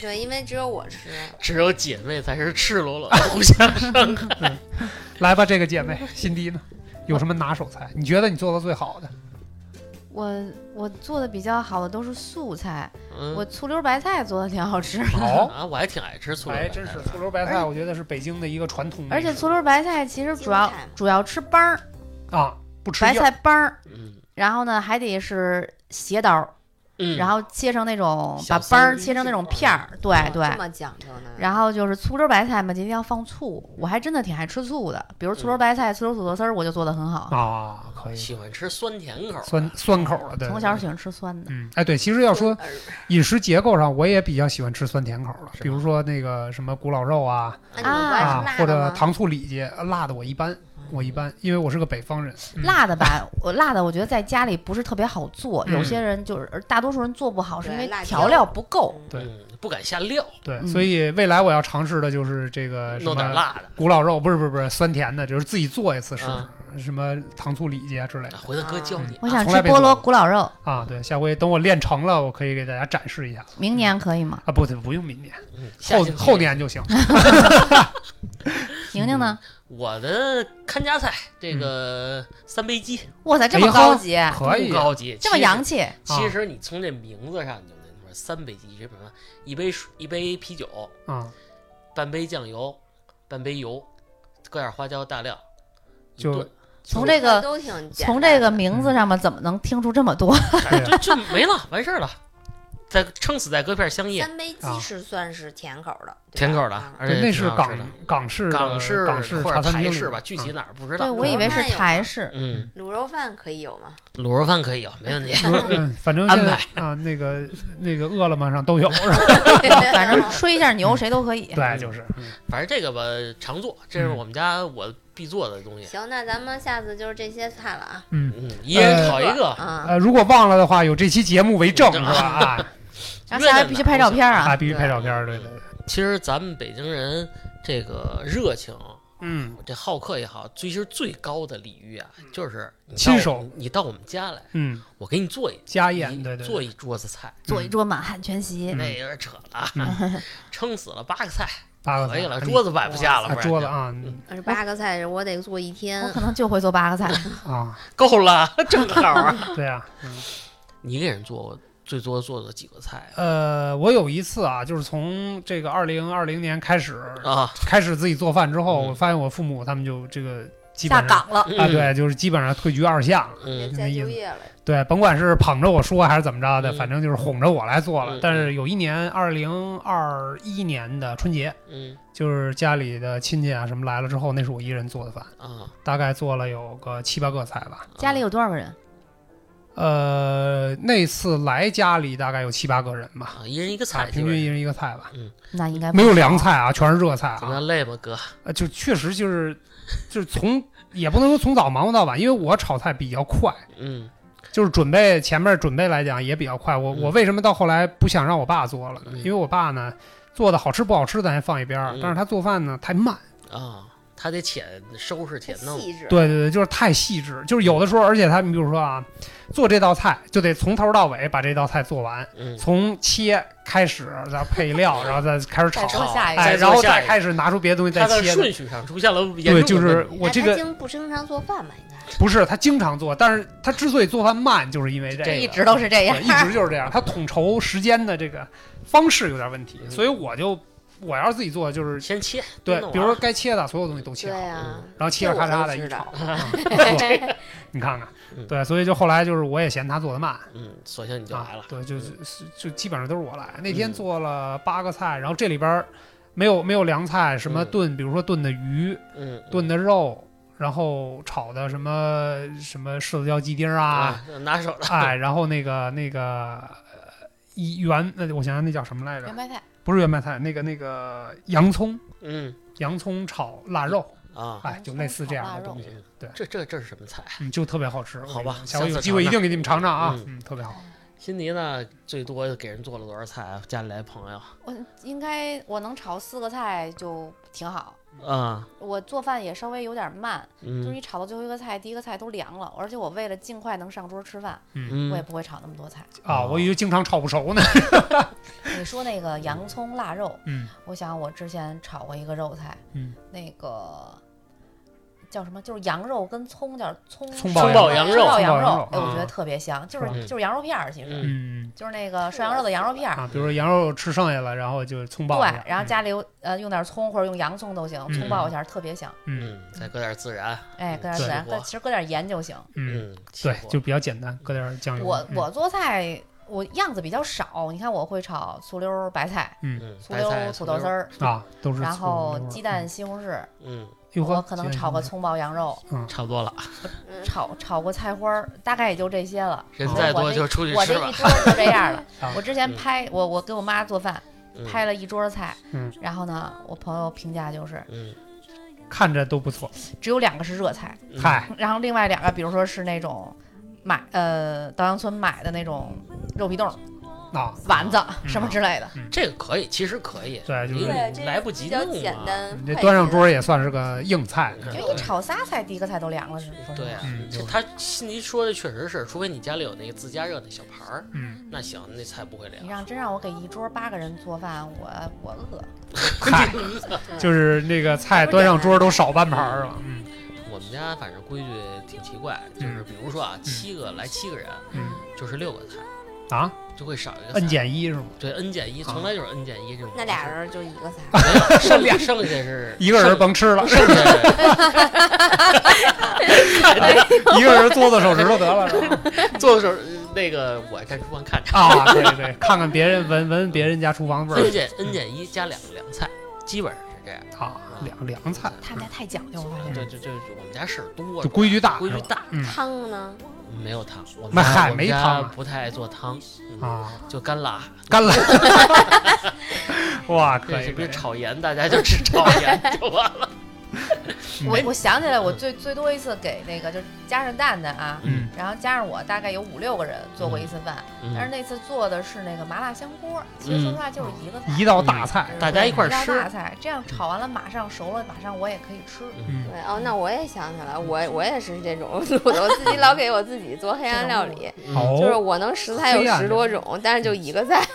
Speaker 4: 对，因为只有我吃。
Speaker 2: 只有姐妹才是赤裸裸的
Speaker 1: (laughs)
Speaker 2: 互相伤害。
Speaker 1: 来吧，这个姐妹，辛迪呢，有什么拿手菜？你觉得你做的最好的？
Speaker 3: 我我做的比较好的都是素菜，
Speaker 2: 嗯
Speaker 3: 我醋溜白菜做的挺好吃，
Speaker 1: 好，
Speaker 2: 啊，我还挺爱吃醋的。
Speaker 1: 哎，哦真是醋溜白菜，
Speaker 3: 而
Speaker 1: 我觉得是北京的一个传统美食。
Speaker 3: 而且醋溜白菜其实主要哎
Speaker 4: 青菜嘛
Speaker 3: 主要吃帮儿，
Speaker 1: 啊，不吃
Speaker 3: 白
Speaker 1: 叶儿
Speaker 3: 菜帮儿，
Speaker 2: 嗯
Speaker 3: 然后呢还得是斜刀儿，
Speaker 2: 嗯，
Speaker 3: 然后切成那种
Speaker 2: 小
Speaker 3: 把帮儿
Speaker 2: 三
Speaker 3: 切成那种
Speaker 2: 明治
Speaker 3: 片儿，对对
Speaker 4: 哦这。么讲究呢？
Speaker 3: 然后就是醋溜白菜嘛，一定要放醋。我还真的挺爱吃醋的，比如醋溜白菜、醋溜土豆丝儿，我就做的很好。
Speaker 1: 啊，可以，
Speaker 2: 喜欢吃酸甜口儿的。
Speaker 1: 酸酸口儿的，对。
Speaker 3: 从小
Speaker 1: 对
Speaker 3: 喜欢吃酸的，
Speaker 1: 嗯，哎，对，其实要说
Speaker 4: 呃
Speaker 1: 饮食结构上，我也比较喜欢吃酸甜口的
Speaker 2: 是，吧
Speaker 1: 比如说那个什么古老肉啊
Speaker 4: 那你们不爱
Speaker 1: 啊
Speaker 4: 吃辣，
Speaker 1: 或
Speaker 4: 的
Speaker 1: 者
Speaker 4: 吗？
Speaker 1: 糖醋里脊，呃辣的我一般，我一般，因为我是个北方人，嗯
Speaker 3: 辣的吧，我辣的我觉得在家里不是特别好做，
Speaker 1: 嗯
Speaker 3: 有些人就是而大多数人做不好，是因为
Speaker 4: 对辣椒
Speaker 3: 调料不够。
Speaker 1: 对
Speaker 2: 嗯，不敢下料，
Speaker 1: 对，
Speaker 3: 嗯
Speaker 1: 所以未来我要尝试的就是这个呃什
Speaker 2: 弄点
Speaker 1: 么
Speaker 2: 辣的。
Speaker 1: 古老肉，不是不是不是酸甜的，就是自己做一次试
Speaker 2: 啊
Speaker 1: 试，什么糖醋里脊啊之类的
Speaker 2: 啊回头哥教你。
Speaker 3: 我想
Speaker 1: 从
Speaker 3: 吃
Speaker 1: 来没
Speaker 3: 菠
Speaker 1: 做
Speaker 3: 萝
Speaker 1: 过
Speaker 3: 古老肉，
Speaker 1: 啊。对，下回等我练成了，我可以给大家展示一下
Speaker 3: 明年可以吗？
Speaker 1: 啊。不，对，不用明年，
Speaker 2: 嗯
Speaker 1: 后
Speaker 2: 下星期
Speaker 1: 后年就行。嗯
Speaker 3: 宁宁呢？
Speaker 2: 我的看家菜，这个三杯鸡
Speaker 3: 哇塞，这
Speaker 1: 哎
Speaker 3: 么
Speaker 1: 呦
Speaker 3: 高级，
Speaker 1: 嗯
Speaker 3: 啊
Speaker 1: 可以
Speaker 2: 不，高级，
Speaker 3: 这么
Speaker 2: 其实
Speaker 3: 洋气，
Speaker 2: 其实你从这名字上你就能说三杯鸡，这什么一杯水一杯啤酒，
Speaker 1: 啊，
Speaker 2: 半杯酱油，半杯油，搁点花椒大料，一
Speaker 1: 就
Speaker 2: 炖
Speaker 3: 从这个
Speaker 4: 都挺简单
Speaker 3: 从这个名字上面怎么能听出这么多？
Speaker 2: (laughs) 就就没了，完事儿了。再撑死再搁片香叶，
Speaker 4: 三杯
Speaker 1: 啊
Speaker 4: 鸡是算是甜口的，对吧
Speaker 2: 甜口的
Speaker 3: 啊
Speaker 4: 嗯，
Speaker 2: 而且
Speaker 1: 对，
Speaker 2: 挺
Speaker 1: 那是
Speaker 2: 好
Speaker 1: 港
Speaker 2: 吃的
Speaker 1: 港式
Speaker 2: 港式
Speaker 1: 的港式
Speaker 2: 或
Speaker 1: 茶
Speaker 2: 者
Speaker 1: 餐
Speaker 2: 台
Speaker 1: 厅里啊嗯
Speaker 2: 式
Speaker 1: 面
Speaker 2: 吧，具体哪儿不知
Speaker 3: 对，
Speaker 2: 道。
Speaker 3: 我以为是
Speaker 4: 那有
Speaker 3: 台
Speaker 4: 吗
Speaker 3: 式。
Speaker 2: 嗯，
Speaker 4: 卤肉饭可以有吗？
Speaker 2: 卤肉饭可以有，没
Speaker 4: (laughs)
Speaker 2: 问题。
Speaker 1: (laughs) 嗯，反正
Speaker 2: 安
Speaker 1: 现在
Speaker 2: 排
Speaker 1: 啊，那个那个饿了么上都有，是吧？
Speaker 3: (laughs) 反正吹一下牛
Speaker 1: 嗯
Speaker 3: 谁都可以。
Speaker 1: 对，就是
Speaker 2: 反正这个吧，常做，这是
Speaker 1: 嗯
Speaker 2: 我们家我必做的东西。
Speaker 4: 行，那咱们下次就是这些菜了啊。
Speaker 2: 嗯，一人烤一个，
Speaker 3: 啊
Speaker 4: 嗯，
Speaker 1: 呃，如果忘了的话，有这期节目为证，是吧？
Speaker 2: (laughs)
Speaker 1: 啊
Speaker 3: 然后下来必须拍照片啊
Speaker 1: 啊，！必须拍照片，对对对，
Speaker 2: 其实咱们北京人这个热情，
Speaker 1: 嗯
Speaker 2: 这好客也好，追求最高的礼遇啊，就是你到
Speaker 1: 亲手
Speaker 2: 你到我们家来，
Speaker 1: 嗯，
Speaker 2: 我给你做一
Speaker 1: 家
Speaker 2: 你
Speaker 1: 宴，对对，
Speaker 2: 做
Speaker 1: 对
Speaker 2: 一桌子菜，
Speaker 3: 做一桌满汉全席，
Speaker 1: 嗯
Speaker 2: 那有点扯了啊，
Speaker 1: (laughs)
Speaker 2: 撑死了八个菜
Speaker 1: 八个
Speaker 2: 可以
Speaker 1: 字
Speaker 2: 了，
Speaker 1: 啊
Speaker 2: 桌子摆不下了，
Speaker 1: 啊
Speaker 2: 不然嗯
Speaker 1: 桌子啊
Speaker 4: 二十八个菜我得做一天
Speaker 1: 嗯
Speaker 3: 我，可能就会做八个菜。
Speaker 1: 啊，
Speaker 2: 够了，正好啊。 (laughs)
Speaker 1: 对啊，嗯
Speaker 2: 你给人做最多做做几个菜
Speaker 1: 呃，我有一次啊，就是从这个二零二零年开始
Speaker 2: 啊？
Speaker 1: 开始自己做饭之后，
Speaker 2: 嗯
Speaker 1: 我发现我父母他们就这个基
Speaker 3: 下
Speaker 1: 本上
Speaker 3: 岗了，
Speaker 1: 啊，，对，就是基本上退居二线了。
Speaker 2: 嗯
Speaker 4: 别再就业了。
Speaker 1: 对，甭管是捧着我说还是怎么着的，
Speaker 2: 嗯
Speaker 1: 反正就是哄着我来做
Speaker 2: 嗯
Speaker 1: 了
Speaker 2: 嗯。
Speaker 1: 但是有一年，二零二一年的春节，
Speaker 2: 嗯
Speaker 1: 就是家里的亲戚啊什么来了之后，那是我一人做的饭，
Speaker 2: 啊，
Speaker 1: 大概做了有个七八个菜吧。
Speaker 3: 家里有多少个人？
Speaker 1: 呃，那次来家里大概有七八个人吧，
Speaker 2: 啊，一人一个
Speaker 1: 啊，
Speaker 2: 菜，
Speaker 1: 平均一人一个菜吧，
Speaker 3: 那应该不
Speaker 1: 没有凉菜啊，全是热菜
Speaker 2: 怎么
Speaker 1: 啊，
Speaker 2: 样累吗，哥？
Speaker 1: 呃就确实就是，就是从也不能说从早忙活到晚，因为我炒菜比较快，
Speaker 2: 嗯
Speaker 1: 就是准备前面准备来讲也比较快。我
Speaker 2: 嗯
Speaker 1: 我为什么到后来不想让我爸做了呢？
Speaker 2: 嗯
Speaker 1: 因为我爸呢做的好吃不好吃咱先放一边儿，
Speaker 2: 嗯
Speaker 1: 但是他做饭呢太慢。
Speaker 2: 啊，他得且收拾且弄，
Speaker 4: 细致，
Speaker 1: 对对对，就是太细致，就是有的时候，而且他们比如说啊，做这道菜就得从头到尾把这道菜做完，
Speaker 2: 嗯，
Speaker 1: 从切开始，然后配料，然后再开始
Speaker 5: 再
Speaker 1: 炒
Speaker 5: 做，
Speaker 2: 炒
Speaker 5: 下一个
Speaker 2: 再
Speaker 1: 哎，
Speaker 2: 做
Speaker 1: 然后
Speaker 2: 下一
Speaker 1: 再
Speaker 2: 个
Speaker 1: 开始拿出别的东西再
Speaker 2: 他的
Speaker 1: 切的
Speaker 2: 顺序上出现了严重的
Speaker 1: 对，就是
Speaker 2: 问题
Speaker 1: 我这
Speaker 4: 哎他
Speaker 1: 个
Speaker 4: 经不经常做饭吧？应该
Speaker 1: 不是他经常做，但是他之所以做饭慢，就是因为这
Speaker 2: 这
Speaker 1: 个
Speaker 5: 一直都是这样
Speaker 1: 对，。一直就是这样。他统筹时间的这个方式有点问题，
Speaker 2: 嗯
Speaker 1: 所以我就我要是自己做，就是
Speaker 2: 先切，
Speaker 1: 对
Speaker 2: 弄，
Speaker 1: 比如说
Speaker 2: 完
Speaker 1: 该切的所有东西都切
Speaker 4: 对
Speaker 1: 好，
Speaker 4: 啊，
Speaker 2: 嗯
Speaker 1: 然后切着咔嚓的一炒， (laughs) 嗯你看看，
Speaker 2: 嗯
Speaker 1: 对，所以就后来就是我也嫌他做的慢。
Speaker 2: 嗯，索性你就
Speaker 1: 啊
Speaker 2: 来了，
Speaker 1: 对，就是
Speaker 2: 嗯
Speaker 1: 是就基本上都是我来。那天
Speaker 2: 嗯
Speaker 1: 做了八个菜，然后这里边儿没有没有凉菜，什么
Speaker 2: 嗯
Speaker 1: 炖，比如说炖的鱼、
Speaker 2: 嗯，嗯
Speaker 1: 炖的肉，然后炒的什么什么柿子椒鸡丁儿啊，，
Speaker 2: 拿手 (laughs) 的，
Speaker 1: 哎，然后那个那个呃一圆，那我想想那叫什么来着
Speaker 3: 圆？白菜
Speaker 1: 不是圆白菜，那个那个洋葱，
Speaker 2: 嗯
Speaker 1: 洋葱炒腊肉，
Speaker 2: 啊，
Speaker 1: 哎，就类似这样的东西，
Speaker 2: 嗯
Speaker 1: 对
Speaker 2: 这这这是什么菜？
Speaker 3: 哎
Speaker 1: 嗯，就特别好吃。
Speaker 2: 好吧
Speaker 1: 我跟你讲下回有
Speaker 2: 下次
Speaker 1: 机会
Speaker 2: 尝
Speaker 1: 一
Speaker 2: 尝
Speaker 1: 定给你们尝尝啊
Speaker 2: 嗯，
Speaker 1: 嗯，特别好。
Speaker 2: 辛迪呢，最多给人做了多少菜啊？家里来朋友
Speaker 3: 我应该我能炒四个菜就挺好。
Speaker 2: 啊，
Speaker 3: 我做饭也稍微有点慢，就是
Speaker 2: 嗯
Speaker 3: 一炒到最后一个菜，第一个菜都凉了，而且我为了尽快能上桌吃饭，我也
Speaker 2: 嗯，
Speaker 3: 不会炒那么多菜。
Speaker 1: 啊，我以为经常炒不熟呢。
Speaker 3: 你说那个洋葱腊肉，
Speaker 1: 嗯，
Speaker 3: 我想我之前炒过一个肉菜，
Speaker 1: 嗯，
Speaker 3: 那个叫什么？就是羊肉跟葱，叫葱
Speaker 1: 葱
Speaker 2: 爆葱爆羊肉
Speaker 3: 葱爆
Speaker 1: 葱
Speaker 3: 羊
Speaker 1: 爆羊肉
Speaker 3: 哎，我
Speaker 1: 啊
Speaker 3: 觉得特别香，就是
Speaker 2: 嗯
Speaker 3: 就是羊肉片儿，其实
Speaker 2: 嗯
Speaker 1: 嗯
Speaker 3: 就是那个涮羊肉的羊肉片儿。
Speaker 1: 啊，比如说羊肉吃剩下了，然后就葱爆一嗯下
Speaker 3: 对，然后家里有呃用点葱或者用洋葱都行，葱爆一下特别香。
Speaker 1: 嗯
Speaker 2: 嗯，再搁点孜然，
Speaker 3: 哎，
Speaker 2: 嗯
Speaker 3: 搁点孜然，
Speaker 2: 对
Speaker 3: 但其实搁点盐就行。
Speaker 1: 嗯，
Speaker 2: 嗯，
Speaker 1: 对
Speaker 2: 起，火
Speaker 1: 就比较简单，搁点酱油。
Speaker 3: 我
Speaker 1: 嗯
Speaker 3: 我做菜我样子比较少，你看我会炒醋溜儿白菜、
Speaker 2: 嗯，
Speaker 3: 醋
Speaker 2: 白
Speaker 3: 溜
Speaker 2: 菜
Speaker 3: 儿土豆丝，儿，
Speaker 1: 啊都是醋，
Speaker 3: 然后
Speaker 1: 没味儿
Speaker 3: 鸡蛋、，西红柿，
Speaker 2: 嗯，
Speaker 1: 嗯
Speaker 3: 我可能炒个，葱爆羊肉，
Speaker 2: 嗯差不多了，
Speaker 1: 啊
Speaker 4: 嗯
Speaker 3: 炒炒个菜花儿，大概也就这些了。
Speaker 2: 人
Speaker 1: 哦
Speaker 2: 再多就出去
Speaker 3: 我这
Speaker 2: 吃
Speaker 3: 一
Speaker 2: 吧。
Speaker 3: 桌就这样了
Speaker 1: 啊。
Speaker 3: 我之前拍我我给我妈做饭，
Speaker 2: 嗯
Speaker 3: 拍了一桌菜
Speaker 1: 嗯，
Speaker 3: 然后呢，我朋友评价就是
Speaker 2: 嗯，
Speaker 1: 鸡蛋看着都不错。
Speaker 3: 只有两个是热菜，
Speaker 2: 嗯，
Speaker 1: 嗨，
Speaker 3: 然后另外两个比如说是那种买呃稻香村买的那种肉皮冻、
Speaker 1: 啊，
Speaker 3: 丸子
Speaker 1: 嗯
Speaker 3: 什么之类的。
Speaker 2: 这个可以，其实可以，
Speaker 1: 对就是
Speaker 2: 因为
Speaker 4: 对，这
Speaker 2: 你嗯来不及
Speaker 4: 比较
Speaker 2: 弄
Speaker 4: 简
Speaker 2: 嘛，
Speaker 4: 单，
Speaker 1: 你这
Speaker 3: 嗯
Speaker 4: 快
Speaker 1: 端上
Speaker 4: 捷
Speaker 1: 桌也算是个硬菜。
Speaker 2: 嗯
Speaker 3: 就一炒仨菜，第一个菜都凉了，是说实
Speaker 2: 对
Speaker 3: 话
Speaker 2: 啊
Speaker 1: 嗯，
Speaker 2: 这他心里说的确实是，除非你家里有那个自加热那小盘儿，
Speaker 1: 嗯，
Speaker 2: 那行，那菜不会凉
Speaker 3: 你。让真让我给一桌八个人做饭，我我饿。
Speaker 1: (laughs) 嗨，就是那个菜端上桌都少半盘儿了。嗯
Speaker 2: 我们家反正规矩挺奇怪，就是比如说啊，七个来七个人
Speaker 1: 嗯
Speaker 2: 就是六个菜，
Speaker 1: 啊
Speaker 2: 就会少一个
Speaker 1: ，n
Speaker 2: 菜。
Speaker 1: 减一是吗？
Speaker 2: 对，n 减
Speaker 1: 啊
Speaker 2: 一，从来就是 n 减一这种。
Speaker 4: 那
Speaker 2: (laughs)
Speaker 4: 俩人就一个菜，
Speaker 2: 剩
Speaker 1: (laughs)
Speaker 2: 剩剩下是
Speaker 1: 一个人甭吃了，
Speaker 2: 剩剩下
Speaker 1: (laughs)
Speaker 2: 是
Speaker 1: 一个人嘬嘬手指头得了是 (laughs) 吧。
Speaker 2: 做的时候，呃那个我站厨房看着。
Speaker 1: 啊，对对，看看别人闻闻别人家厨房味
Speaker 2: n
Speaker 1: 儿
Speaker 2: 减 n 减一加两个凉菜，基本上是这样。
Speaker 1: 啊，凉凉菜
Speaker 3: 他们家太讲究了，我发现
Speaker 2: 对，就就我们家事儿多，
Speaker 1: 嗯就规矩大，
Speaker 2: 规矩
Speaker 1: 是吧
Speaker 2: 大，
Speaker 1: 嗯
Speaker 4: 汤呢？
Speaker 2: 没有汤。我
Speaker 1: 那
Speaker 2: 们
Speaker 1: 嗨
Speaker 2: 家我们
Speaker 1: 没
Speaker 2: 家
Speaker 1: 汤啊
Speaker 2: 不太爱做汤，嗯，
Speaker 1: 啊。
Speaker 2: 就干辣。
Speaker 1: 干 (laughs) 了。哇，可
Speaker 2: 这
Speaker 1: 以
Speaker 2: 是
Speaker 1: 可
Speaker 2: 不
Speaker 1: 以哦
Speaker 2: 是炒盐？大家就吃炒盐就
Speaker 4: (laughs)
Speaker 2: 完了。
Speaker 3: 我我想起来，
Speaker 2: 嗯
Speaker 3: 我最最多一次给那个就是加上蛋蛋啊，
Speaker 1: 嗯
Speaker 3: 然后加上我大概有五六个人做过一次饭，但是
Speaker 2: 嗯
Speaker 3: 那次做的是那个麻辣香锅，其实说实话就是一个菜，
Speaker 1: 嗯
Speaker 2: 嗯
Speaker 1: 一道大菜，
Speaker 2: 大家一块儿
Speaker 3: 一道
Speaker 2: 吃
Speaker 3: 大，菜，这样炒完了马上熟了，马上我也可以吃。
Speaker 1: 嗯
Speaker 4: 对，哦，那我也想起来，我我也是这种， (laughs) 我自己老给我自己做黑暗料理，
Speaker 2: 嗯
Speaker 1: 好
Speaker 4: 就是我能食材
Speaker 1: 哦黑
Speaker 4: 有
Speaker 1: 暗
Speaker 4: 十多种，但是就一个菜，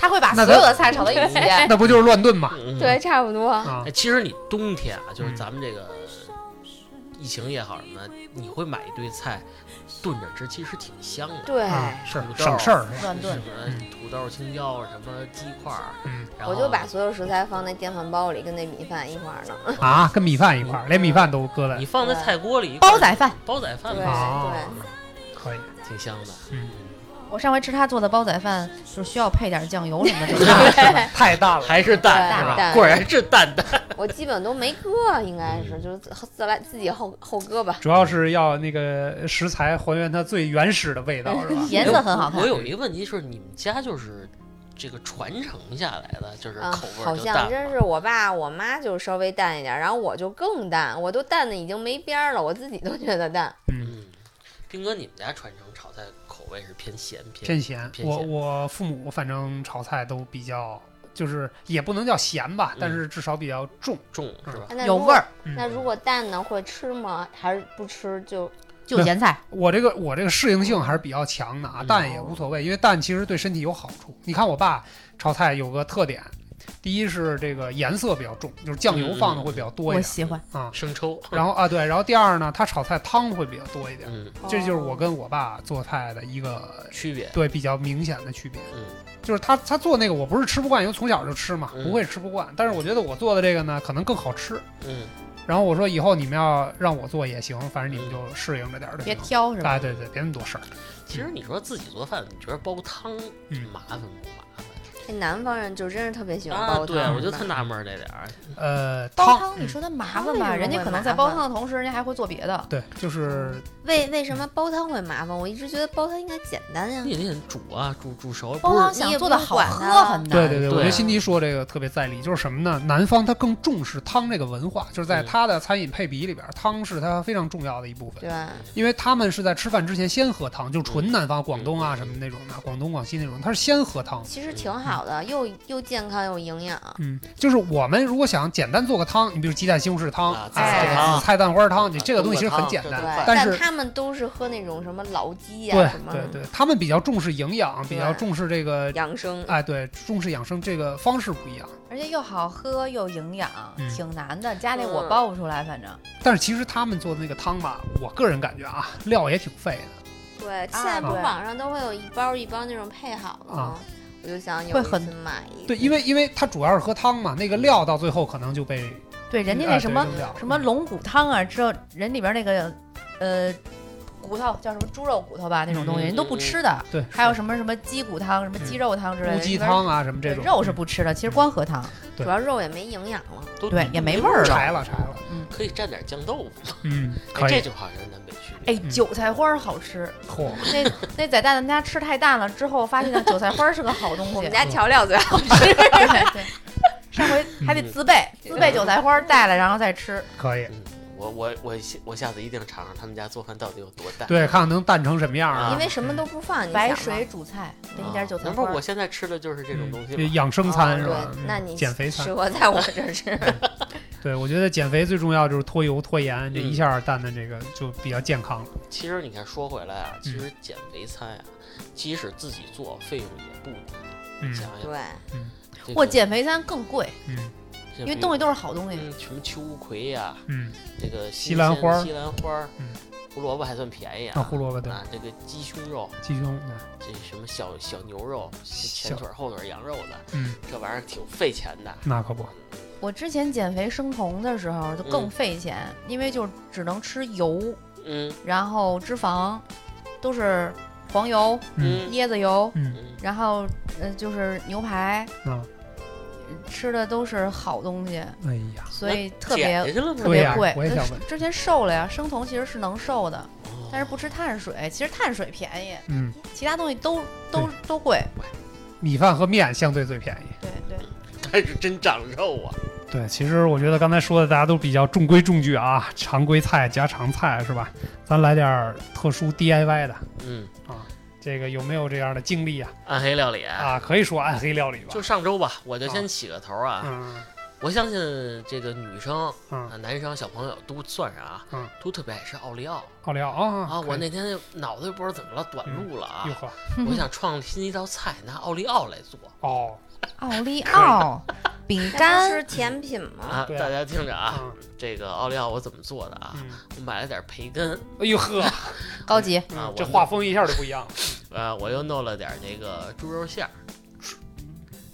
Speaker 3: 他会把
Speaker 1: 那
Speaker 3: 所
Speaker 1: 他
Speaker 3: 有的菜炒到一
Speaker 2: (laughs)
Speaker 3: 起，
Speaker 1: 那不就是乱炖吗？
Speaker 2: 嗯
Speaker 4: 对，。差不多。
Speaker 1: 啊
Speaker 2: 哎，其实你冬天啊，就是
Speaker 1: 嗯
Speaker 2: 咱们这个疫情也好什么，你会买一堆菜炖着吃，其实挺香的。
Speaker 4: 对，
Speaker 1: 啊，是
Speaker 2: 土豆
Speaker 1: 省事儿是吧，
Speaker 3: 乱炖
Speaker 2: 什。么土豆、青椒、什么鸡块儿，
Speaker 1: 嗯
Speaker 2: 然后
Speaker 4: 我就把所有食材放在电饭煲里，跟那米饭一块儿
Speaker 2: 嗯
Speaker 4: 弄。
Speaker 1: 啊，跟米饭一块儿，连米饭都搁在
Speaker 2: 你放在菜锅里
Speaker 3: 煲仔饭，
Speaker 2: 煲仔饭
Speaker 4: 对
Speaker 2: 吧，
Speaker 1: 啊，可以，
Speaker 2: 挺香的。
Speaker 1: 嗯，
Speaker 3: 我上回吃他做的煲仔饭，就是需要配点酱油什
Speaker 2: (laughs)
Speaker 3: 么的，就是
Speaker 1: 太淡了，
Speaker 2: 还是蛋
Speaker 4: 对
Speaker 2: 是吧？
Speaker 4: 蛋
Speaker 2: 果然是蛋蛋。
Speaker 4: 我基本都没搁，应该是就是自自来自己后后搁吧。
Speaker 1: 主要是要那个食材还原它最原始的味道
Speaker 5: 哎
Speaker 1: 是吧？
Speaker 3: 颜色很好
Speaker 2: 我
Speaker 3: 看。
Speaker 2: 有一个问题就是，你们家就是这个传承下来的，就是
Speaker 4: 嗯
Speaker 2: 口味，
Speaker 4: 好
Speaker 2: 儿就淡
Speaker 4: 像
Speaker 2: 了。
Speaker 4: 真是我爸我妈就稍微淡一点，然后我就更淡，我都淡的已经没边儿了，我自己都觉得淡。
Speaker 1: 嗯
Speaker 2: 嗯，丁哥，你们家传承炒菜口味是偏咸偏
Speaker 1: 偏咸。
Speaker 2: 偏
Speaker 1: 我
Speaker 2: 咸
Speaker 1: 我父母反正炒菜都比较，就是也不能叫咸吧，但
Speaker 2: 嗯
Speaker 1: 是至少比较重。
Speaker 2: 重是吧？
Speaker 4: 那
Speaker 5: 有
Speaker 4: 如
Speaker 5: 味
Speaker 4: 果
Speaker 5: 儿，
Speaker 1: 嗯
Speaker 4: 那如果蛋呢，会吃吗？还是不吃就
Speaker 5: 就咸菜。
Speaker 1: 我这个我这个适应性还是比较强的啊，
Speaker 2: 嗯
Speaker 1: 蛋也无所谓，因为蛋其实对身体有好处。你看我爸炒菜有个特点，第一是这个颜色比较重，就是酱
Speaker 2: 嗯
Speaker 1: 油放的会比较多一
Speaker 5: 我
Speaker 1: 点、
Speaker 5: 喜欢，
Speaker 1: 啊。
Speaker 2: 生抽，
Speaker 1: 然后啊对，然后第二呢，他炒菜汤会比较多一点，
Speaker 2: 嗯，
Speaker 1: 这就是
Speaker 4: 哦
Speaker 5: 哦
Speaker 1: 我跟我爸做菜的一个
Speaker 2: 区别
Speaker 1: 对比较明显的区别。
Speaker 2: 嗯，
Speaker 1: 就是他他做那个我不是吃不惯，因为从小就吃嘛，
Speaker 2: 嗯
Speaker 1: 不会吃不惯。但是我觉得我做的这个呢，可能更好吃。
Speaker 2: 嗯，
Speaker 1: 然后我说以后你们要让我做也行，反正你们就适应着点儿就
Speaker 3: 别
Speaker 1: 行。
Speaker 3: 挑是吧？
Speaker 1: 哎，对对，别那么多事儿。
Speaker 2: 其实你说自己做饭，你觉得煲汤
Speaker 1: 嗯
Speaker 2: 麻烦不麻烦？
Speaker 4: 哎南方人就真是特别喜欢煲
Speaker 2: 啊，
Speaker 4: 汤
Speaker 2: 对，
Speaker 4: 吧，
Speaker 2: 我就特纳闷儿这点儿。
Speaker 1: 呃，
Speaker 3: 煲
Speaker 1: 汤，
Speaker 3: 汤，你
Speaker 1: 嗯
Speaker 3: 说它麻
Speaker 4: 汤
Speaker 3: 烦
Speaker 4: 为什
Speaker 3: 吧？
Speaker 4: 么
Speaker 3: 人家
Speaker 4: 会
Speaker 3: 可能
Speaker 4: 麻
Speaker 3: 在煲
Speaker 4: 烦
Speaker 3: 汤的同时，人家还会做别的。
Speaker 1: 对，就是
Speaker 4: 为为什么煲汤会麻烦？我一直觉得煲汤应该简单呀。
Speaker 2: 你得煮啊，煮煮熟了。
Speaker 3: 煲汤
Speaker 4: 你
Speaker 3: 想
Speaker 4: 也
Speaker 3: 做
Speaker 4: 不
Speaker 3: 的
Speaker 4: 用
Speaker 3: 好
Speaker 4: 管
Speaker 3: 喝
Speaker 4: 它
Speaker 3: 很难。
Speaker 1: 对对对，我
Speaker 2: 嗯
Speaker 1: 觉
Speaker 2: 对啊
Speaker 1: 得辛迪说这个特别在理，就是什么呢？南方它更重视汤这个文化，就是在
Speaker 2: 嗯
Speaker 1: 它的餐饮配比里边儿，汤是它非常重要的一部分。
Speaker 4: 对吧？
Speaker 1: 因为他们是在吃饭之前先喝
Speaker 2: 嗯
Speaker 1: 汤，就纯南方广东啊什么那种的，广东广西那种，他是先喝汤。
Speaker 4: 其实挺好的，又又健康又营养。
Speaker 1: 嗯，就是我们如果想简单做个汤，你比如鸡蛋西红柿汤、哎
Speaker 2: 啊
Speaker 1: 这个
Speaker 3: 紫菜
Speaker 2: 汤
Speaker 1: 紫菜蛋花汤，
Speaker 2: 啊
Speaker 1: 你这个东西其实很简
Speaker 2: 冬
Speaker 1: 单
Speaker 2: 瓜汤。
Speaker 4: 对，
Speaker 1: 但
Speaker 4: 但
Speaker 1: 是
Speaker 4: 他们都是喝那种什么老鸡呀、
Speaker 1: 对
Speaker 4: 什么
Speaker 1: 对对，他们比较重视营养，比较
Speaker 4: 对
Speaker 1: 重视这个，
Speaker 4: 养生。
Speaker 1: 哎，对，重视养生，这个方式不一样。
Speaker 3: 而且又好喝又营养，
Speaker 1: 嗯
Speaker 3: 挺难的。家里
Speaker 4: 嗯
Speaker 3: 我煲不出来，反正
Speaker 1: 但是其实他们做的那个汤吧，我个人感觉啊，料也挺费的。
Speaker 4: 啊对，现在不是
Speaker 3: 对
Speaker 4: 网上都会有一包一包那种配好的吗
Speaker 1: 啊？
Speaker 4: 我就想有
Speaker 3: 会
Speaker 4: 一次
Speaker 3: 很
Speaker 4: 买一个。
Speaker 1: 对，因为因为它主要是喝汤嘛，那个料到最后可能就被
Speaker 3: 对人家
Speaker 1: 哎
Speaker 3: 那什
Speaker 1: 对
Speaker 3: 么
Speaker 1: 扔掉了
Speaker 3: 什么龙骨汤啊，知道人里边那个呃骨头叫什么猪肉骨头吧，那种东西
Speaker 2: 嗯
Speaker 3: 人都不吃的。
Speaker 1: 对，
Speaker 3: 还有什么什么鸡骨汤、什么鸡肉汤之类的，
Speaker 1: 嗯乌鸡
Speaker 3: 里边
Speaker 1: 汤啊什么这种
Speaker 3: 对肉是不吃的，其实光喝汤。
Speaker 1: 对
Speaker 4: 主要肉也没营养了。
Speaker 2: 都
Speaker 3: 对也没味儿了
Speaker 1: 柴了柴了，
Speaker 2: 可以蘸点酱豆腐，
Speaker 1: 嗯，
Speaker 2: 哎
Speaker 1: 可以
Speaker 2: 这。就好像是南北区别。
Speaker 3: 哎，
Speaker 1: 嗯
Speaker 3: 韭菜花儿好吃，
Speaker 1: 嚯，
Speaker 3: 那那在蛋蛋家吃太淡了之后，发现韭菜花儿是个好东西。
Speaker 4: 我们家
Speaker 1: 嗯
Speaker 4: 调料最 (laughs) 好吃。
Speaker 3: (laughs) 对对，上回还得自备，
Speaker 4: 嗯
Speaker 3: 自备韭菜花儿带来然后再吃。
Speaker 1: 可以。
Speaker 2: 嗯，我我我下我下次一定尝尝他们家做饭到底有多淡。
Speaker 1: 对，看看能淡成什么样啊？
Speaker 4: 因为什么都不放，你
Speaker 3: 白
Speaker 4: 想嘛
Speaker 3: 水煮菜，给你
Speaker 2: 啊
Speaker 3: 点韭菜
Speaker 2: 那
Speaker 3: 花
Speaker 2: 不是
Speaker 3: 儿
Speaker 2: 我。现在吃的就是这种东西
Speaker 1: 嗯就
Speaker 2: 吗？
Speaker 1: 养生餐
Speaker 3: 哦
Speaker 1: 是
Speaker 4: 对
Speaker 1: 吧？嗯，
Speaker 4: 那你
Speaker 1: 减肥餐
Speaker 4: 适。合在我这
Speaker 1: (laughs)
Speaker 4: 儿吃。
Speaker 1: 对，我觉得减肥最重要就是脱油脱盐，这
Speaker 2: 嗯
Speaker 1: 一下蛋蛋这个就比较健康了。
Speaker 2: 其实你看，说回来啊，
Speaker 1: 嗯
Speaker 2: 其实减肥餐啊，即使自己做，费用也不低。
Speaker 1: 嗯
Speaker 2: 想想，
Speaker 4: (laughs) 对，
Speaker 2: 这
Speaker 3: 我
Speaker 2: 个
Speaker 3: 减肥餐更贵，
Speaker 1: 嗯
Speaker 2: 这
Speaker 3: 因
Speaker 2: 比
Speaker 3: 为东西都是好东西。
Speaker 2: 嗯，什么秋葵呀、
Speaker 1: 嗯，
Speaker 2: 这个
Speaker 1: 西
Speaker 2: 新
Speaker 1: 兰
Speaker 2: 鲜
Speaker 1: 花儿
Speaker 2: 西兰花儿
Speaker 1: 嗯，
Speaker 2: 胡萝卜还算便宜
Speaker 1: 那
Speaker 2: 啊，
Speaker 1: 胡萝卜对，
Speaker 2: 啊，这个鸡胸肉，
Speaker 1: 鸡胸对
Speaker 2: 这什么小小牛肉、前
Speaker 1: 小
Speaker 2: 腿儿、后腿儿羊肉的，
Speaker 1: 嗯，
Speaker 2: 这玩意儿挺费钱的。
Speaker 1: 那可不，
Speaker 3: 我之前减肥生酮的时候就更费钱，因为就只能吃油，
Speaker 2: 嗯
Speaker 3: 然后脂肪都是黄油、
Speaker 1: 嗯
Speaker 2: 嗯
Speaker 3: 椰子油，
Speaker 1: 嗯
Speaker 2: 嗯，
Speaker 3: 然后呃就是牛排，
Speaker 1: 啊，
Speaker 3: 吃的都是好东西，
Speaker 1: 哎呀，
Speaker 3: 所以特别
Speaker 2: 减下去了吗
Speaker 3: 特
Speaker 1: 对
Speaker 3: 别
Speaker 1: 呀
Speaker 3: 贵。
Speaker 1: 我也
Speaker 3: 但
Speaker 1: 想
Speaker 3: 是 (laughs)
Speaker 1: 问
Speaker 3: 之前瘦了呀，生酮其实是能瘦的，
Speaker 2: 哦
Speaker 3: 但是不吃碳水，其实碳水便宜，
Speaker 1: 嗯，
Speaker 3: 其他东西都都都贵。
Speaker 1: 米饭和面相对最便宜。
Speaker 3: 对对，
Speaker 2: 但是真长肉啊。
Speaker 1: 对，其实我觉得刚才说的大家都比较中规中矩啊，常规菜、家常菜是吧？咱来点儿特殊 DIY 的，
Speaker 2: 嗯，
Speaker 1: 这个有没有这样的经历啊？
Speaker 2: 暗黑料理，
Speaker 1: 啊，可以说暗黑料理吧
Speaker 2: 就。上周吧，我就先起个头啊。
Speaker 1: 嗯
Speaker 2: 我相信这个女生
Speaker 1: 嗯，
Speaker 2: 啊、男生、小朋友都算上啊
Speaker 1: 嗯，
Speaker 2: 都特别爱吃奥利奥
Speaker 1: 奥利奥啊
Speaker 2: 啊。
Speaker 1: 可以嗯
Speaker 2: 我那天脑子不知道怎么了，短路了
Speaker 1: 哟
Speaker 2: 啊。
Speaker 1: 呵，
Speaker 2: 我想创新一道菜，拿奥利奥来做
Speaker 1: 哦，
Speaker 3: 奥利 (laughs) 奥饼
Speaker 4: 那不
Speaker 3: 干
Speaker 4: 是甜品吗？
Speaker 2: 啊。
Speaker 1: 对啊
Speaker 2: 大家听着啊，
Speaker 1: 嗯
Speaker 2: 这个奥利奥我怎么做的啊？
Speaker 1: 嗯，
Speaker 2: 我买了点培根，
Speaker 1: 哎呦呵，
Speaker 3: 高级，
Speaker 1: 嗯
Speaker 2: 啊我
Speaker 1: 这
Speaker 2: 们
Speaker 1: 画风一下就不一样了。
Speaker 2: 呃，我又弄了点这个猪肉馅儿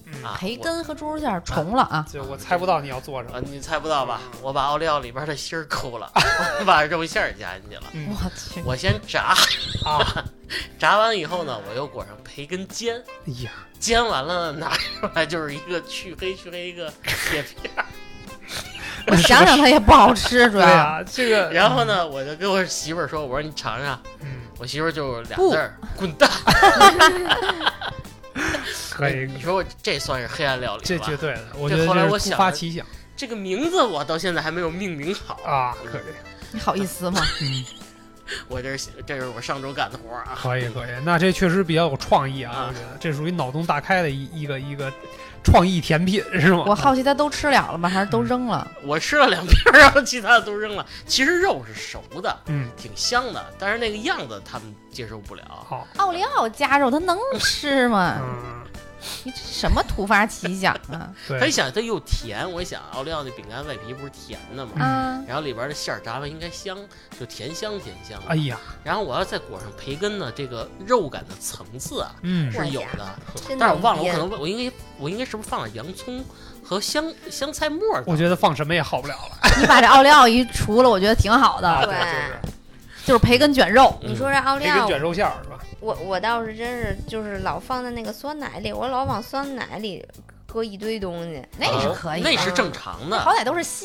Speaker 1: 嗯，
Speaker 2: 啊，
Speaker 3: 培根和猪肉馅儿重了啊，
Speaker 1: 就我猜不到你要做什
Speaker 2: 我
Speaker 1: 么
Speaker 2: 啊，。你猜不到吧
Speaker 1: 嗯？
Speaker 2: 我把奥利奥里边的芯儿抠了， (laughs) 我把肉馅儿加进去了。
Speaker 1: 嗯
Speaker 3: 我去，
Speaker 2: 我先炸，
Speaker 1: 啊，
Speaker 2: 炸完以后呢，我又裹上培根煎，
Speaker 1: 哎呀，
Speaker 2: 煎完了呢拿出来就是一个去黑去黑一个铁片儿，
Speaker 3: 我想想它也不好吃，主
Speaker 1: 对
Speaker 3: 要
Speaker 1: 呀，这个，
Speaker 2: 然后呢，我就跟我媳妇儿说，我说你尝尝，
Speaker 1: 嗯，
Speaker 2: 我媳妇儿就俩
Speaker 3: 不
Speaker 2: 字儿滚蛋。
Speaker 1: 可以，
Speaker 2: 你说我这算是黑暗料理吧？
Speaker 1: 这绝对的，我觉
Speaker 2: 这
Speaker 1: 得
Speaker 2: 后来
Speaker 1: 哎这是
Speaker 2: 我
Speaker 1: 突
Speaker 2: 想
Speaker 1: 发
Speaker 2: 着
Speaker 1: 奇想
Speaker 2: 这个名字我到现在还没有命名好
Speaker 1: 啊，可以，
Speaker 3: (laughs) 你好意思吗？
Speaker 1: 嗯，
Speaker 2: (laughs) 我这是这是我上周干的活儿啊。
Speaker 1: 可以可以，那这确实比较有创意啊，
Speaker 2: 啊
Speaker 1: 我觉得这属于脑洞大开的一一个一个创意甜品是吗？
Speaker 3: 我好奇他都吃了了吗？还是都扔了？
Speaker 2: 我吃了两片儿，然后其他的都扔了。其实肉是熟的，
Speaker 1: 嗯，
Speaker 2: 挺香的，但是那个样子他们接受不了。
Speaker 1: 好，
Speaker 3: 奥利奥加肉，他能吃吗？
Speaker 1: 嗯，
Speaker 3: 你这什么突发奇想啊？
Speaker 2: 他一
Speaker 1: 对，
Speaker 2: 想，它又甜，我一想奥利奥那饼干外皮不是甜的吗？
Speaker 1: 嗯
Speaker 3: 啊，
Speaker 2: 然后里边的馅儿炸完应该香，就甜香甜香的。
Speaker 1: 哎呀，
Speaker 2: 然后我要再裹上培根呢，这个肉感的层次啊
Speaker 1: 嗯，
Speaker 4: 哇
Speaker 2: 是有的。
Speaker 4: 真
Speaker 2: 但是我忘了，
Speaker 4: 能
Speaker 2: 我可
Speaker 4: 编
Speaker 2: 能我应该我应该是不是放了洋葱和香香菜末儿？
Speaker 1: 我觉得放什么也好不了了，
Speaker 3: 你把这奥利奥一除了，我觉得挺好
Speaker 1: 啊
Speaker 3: 的，
Speaker 4: 对
Speaker 1: 就是
Speaker 3: 就是培根卷肉。
Speaker 2: 嗯
Speaker 4: 你说这奥利
Speaker 1: 培根
Speaker 4: 奥
Speaker 1: 卷，肉馅儿是吧？
Speaker 4: 我我倒是真是就是老放在那个酸奶里，我老往酸奶里搁一堆东西。
Speaker 3: 啊那个是可以的，
Speaker 2: 啊那是正常
Speaker 3: (laughs)
Speaker 2: 的
Speaker 3: 好歹都是稀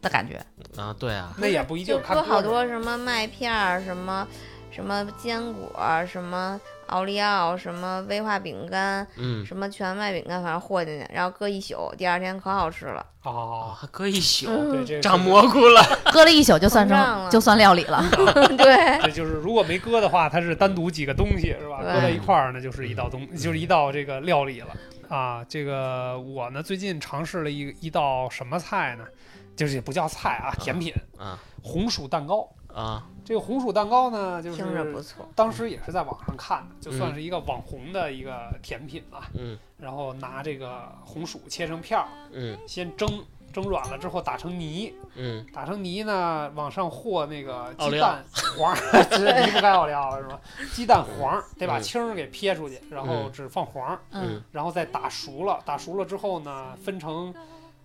Speaker 3: 的感觉。
Speaker 2: 啊，对啊，
Speaker 1: 那也不一定
Speaker 4: 就
Speaker 1: 看
Speaker 4: 搁
Speaker 1: 个
Speaker 4: 好
Speaker 1: 人
Speaker 4: 多什么麦片儿，什么什么坚果儿，什么奥利奥，什么威化饼干，
Speaker 2: 嗯，
Speaker 4: 什么全麦饼干，反正和进去，然后搁一宿，第二天可好吃
Speaker 3: (laughs)
Speaker 4: 了。
Speaker 2: 哦，
Speaker 1: 哦，
Speaker 2: 还搁一宿，
Speaker 1: 对，这个
Speaker 2: 长蘑菇
Speaker 1: (laughs)
Speaker 2: 了。
Speaker 3: 搁了一宿就算
Speaker 4: 膨胀
Speaker 3: 成
Speaker 4: 了
Speaker 3: 就算料理了。
Speaker 4: 对，
Speaker 1: (laughs) 这就是如果没搁的话，它是单独几个东西是吧？
Speaker 4: 对
Speaker 1: 搁在一块儿呢，就是一道东，就是一道这个料理了啊。这个我呢最近尝试了一一道什么菜呢？就是也不叫菜啊，甜品
Speaker 2: 啊
Speaker 1: 红薯蛋糕。
Speaker 2: 啊，
Speaker 1: 这个红薯蛋糕呢，就是
Speaker 4: 听着
Speaker 1: (laughs)
Speaker 4: 不错。
Speaker 1: 当时也是在网上看的，就算是一个网红的一个甜品啊。
Speaker 2: 嗯
Speaker 1: 然后拿这个红薯切成片儿，
Speaker 2: 嗯
Speaker 1: 先蒸，蒸软了之后打成泥，
Speaker 2: 嗯，
Speaker 1: 打成泥呢，往上和那个
Speaker 2: 奥利
Speaker 1: 鸡
Speaker 2: 奥
Speaker 1: 蛋黄儿， (laughs) 这离不开奥利奥了
Speaker 2: (laughs)
Speaker 1: 是吧？鸡蛋黄儿得把
Speaker 2: 嗯
Speaker 1: 清儿给撇出去，然后
Speaker 2: 嗯
Speaker 1: 只放黄儿，
Speaker 2: 嗯
Speaker 1: 然后再打熟了，打熟了之后呢，分成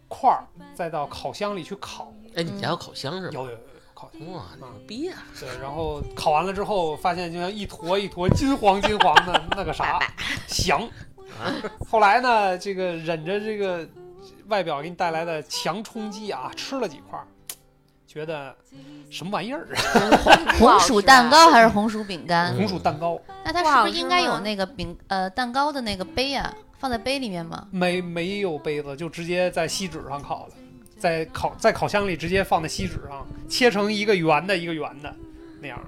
Speaker 1: 块儿，再到烤箱里去烤。
Speaker 2: 哎，
Speaker 3: 嗯
Speaker 2: 你家有烤箱是吧？
Speaker 1: 有有有烤箱，
Speaker 2: 哇，牛逼啊！
Speaker 1: 对，然后烤完了之后，发现就像一坨一坨金黄金黄的 (laughs) 那个啥翔
Speaker 2: 啊。
Speaker 1: 后来呢，这个忍着这个外表给你带来的强冲击啊，吃了几块儿，觉得什么玩意儿啊？
Speaker 4: 不
Speaker 3: 红
Speaker 4: 好吃啊
Speaker 3: 薯蛋糕还是红薯饼干？
Speaker 2: 嗯
Speaker 1: 红薯蛋糕
Speaker 3: 那它
Speaker 4: 不
Speaker 3: 是
Speaker 4: 好
Speaker 3: 啊不
Speaker 4: 吃
Speaker 3: 是应该有
Speaker 4: 吗
Speaker 3: 那个饼呃蛋糕的那个杯啊？放在杯里面吗？
Speaker 1: 没没有杯子，就直接在锡纸上烤的，在烤在烤箱里直接放在锡纸上，切成一个圆的一个圆的那样儿，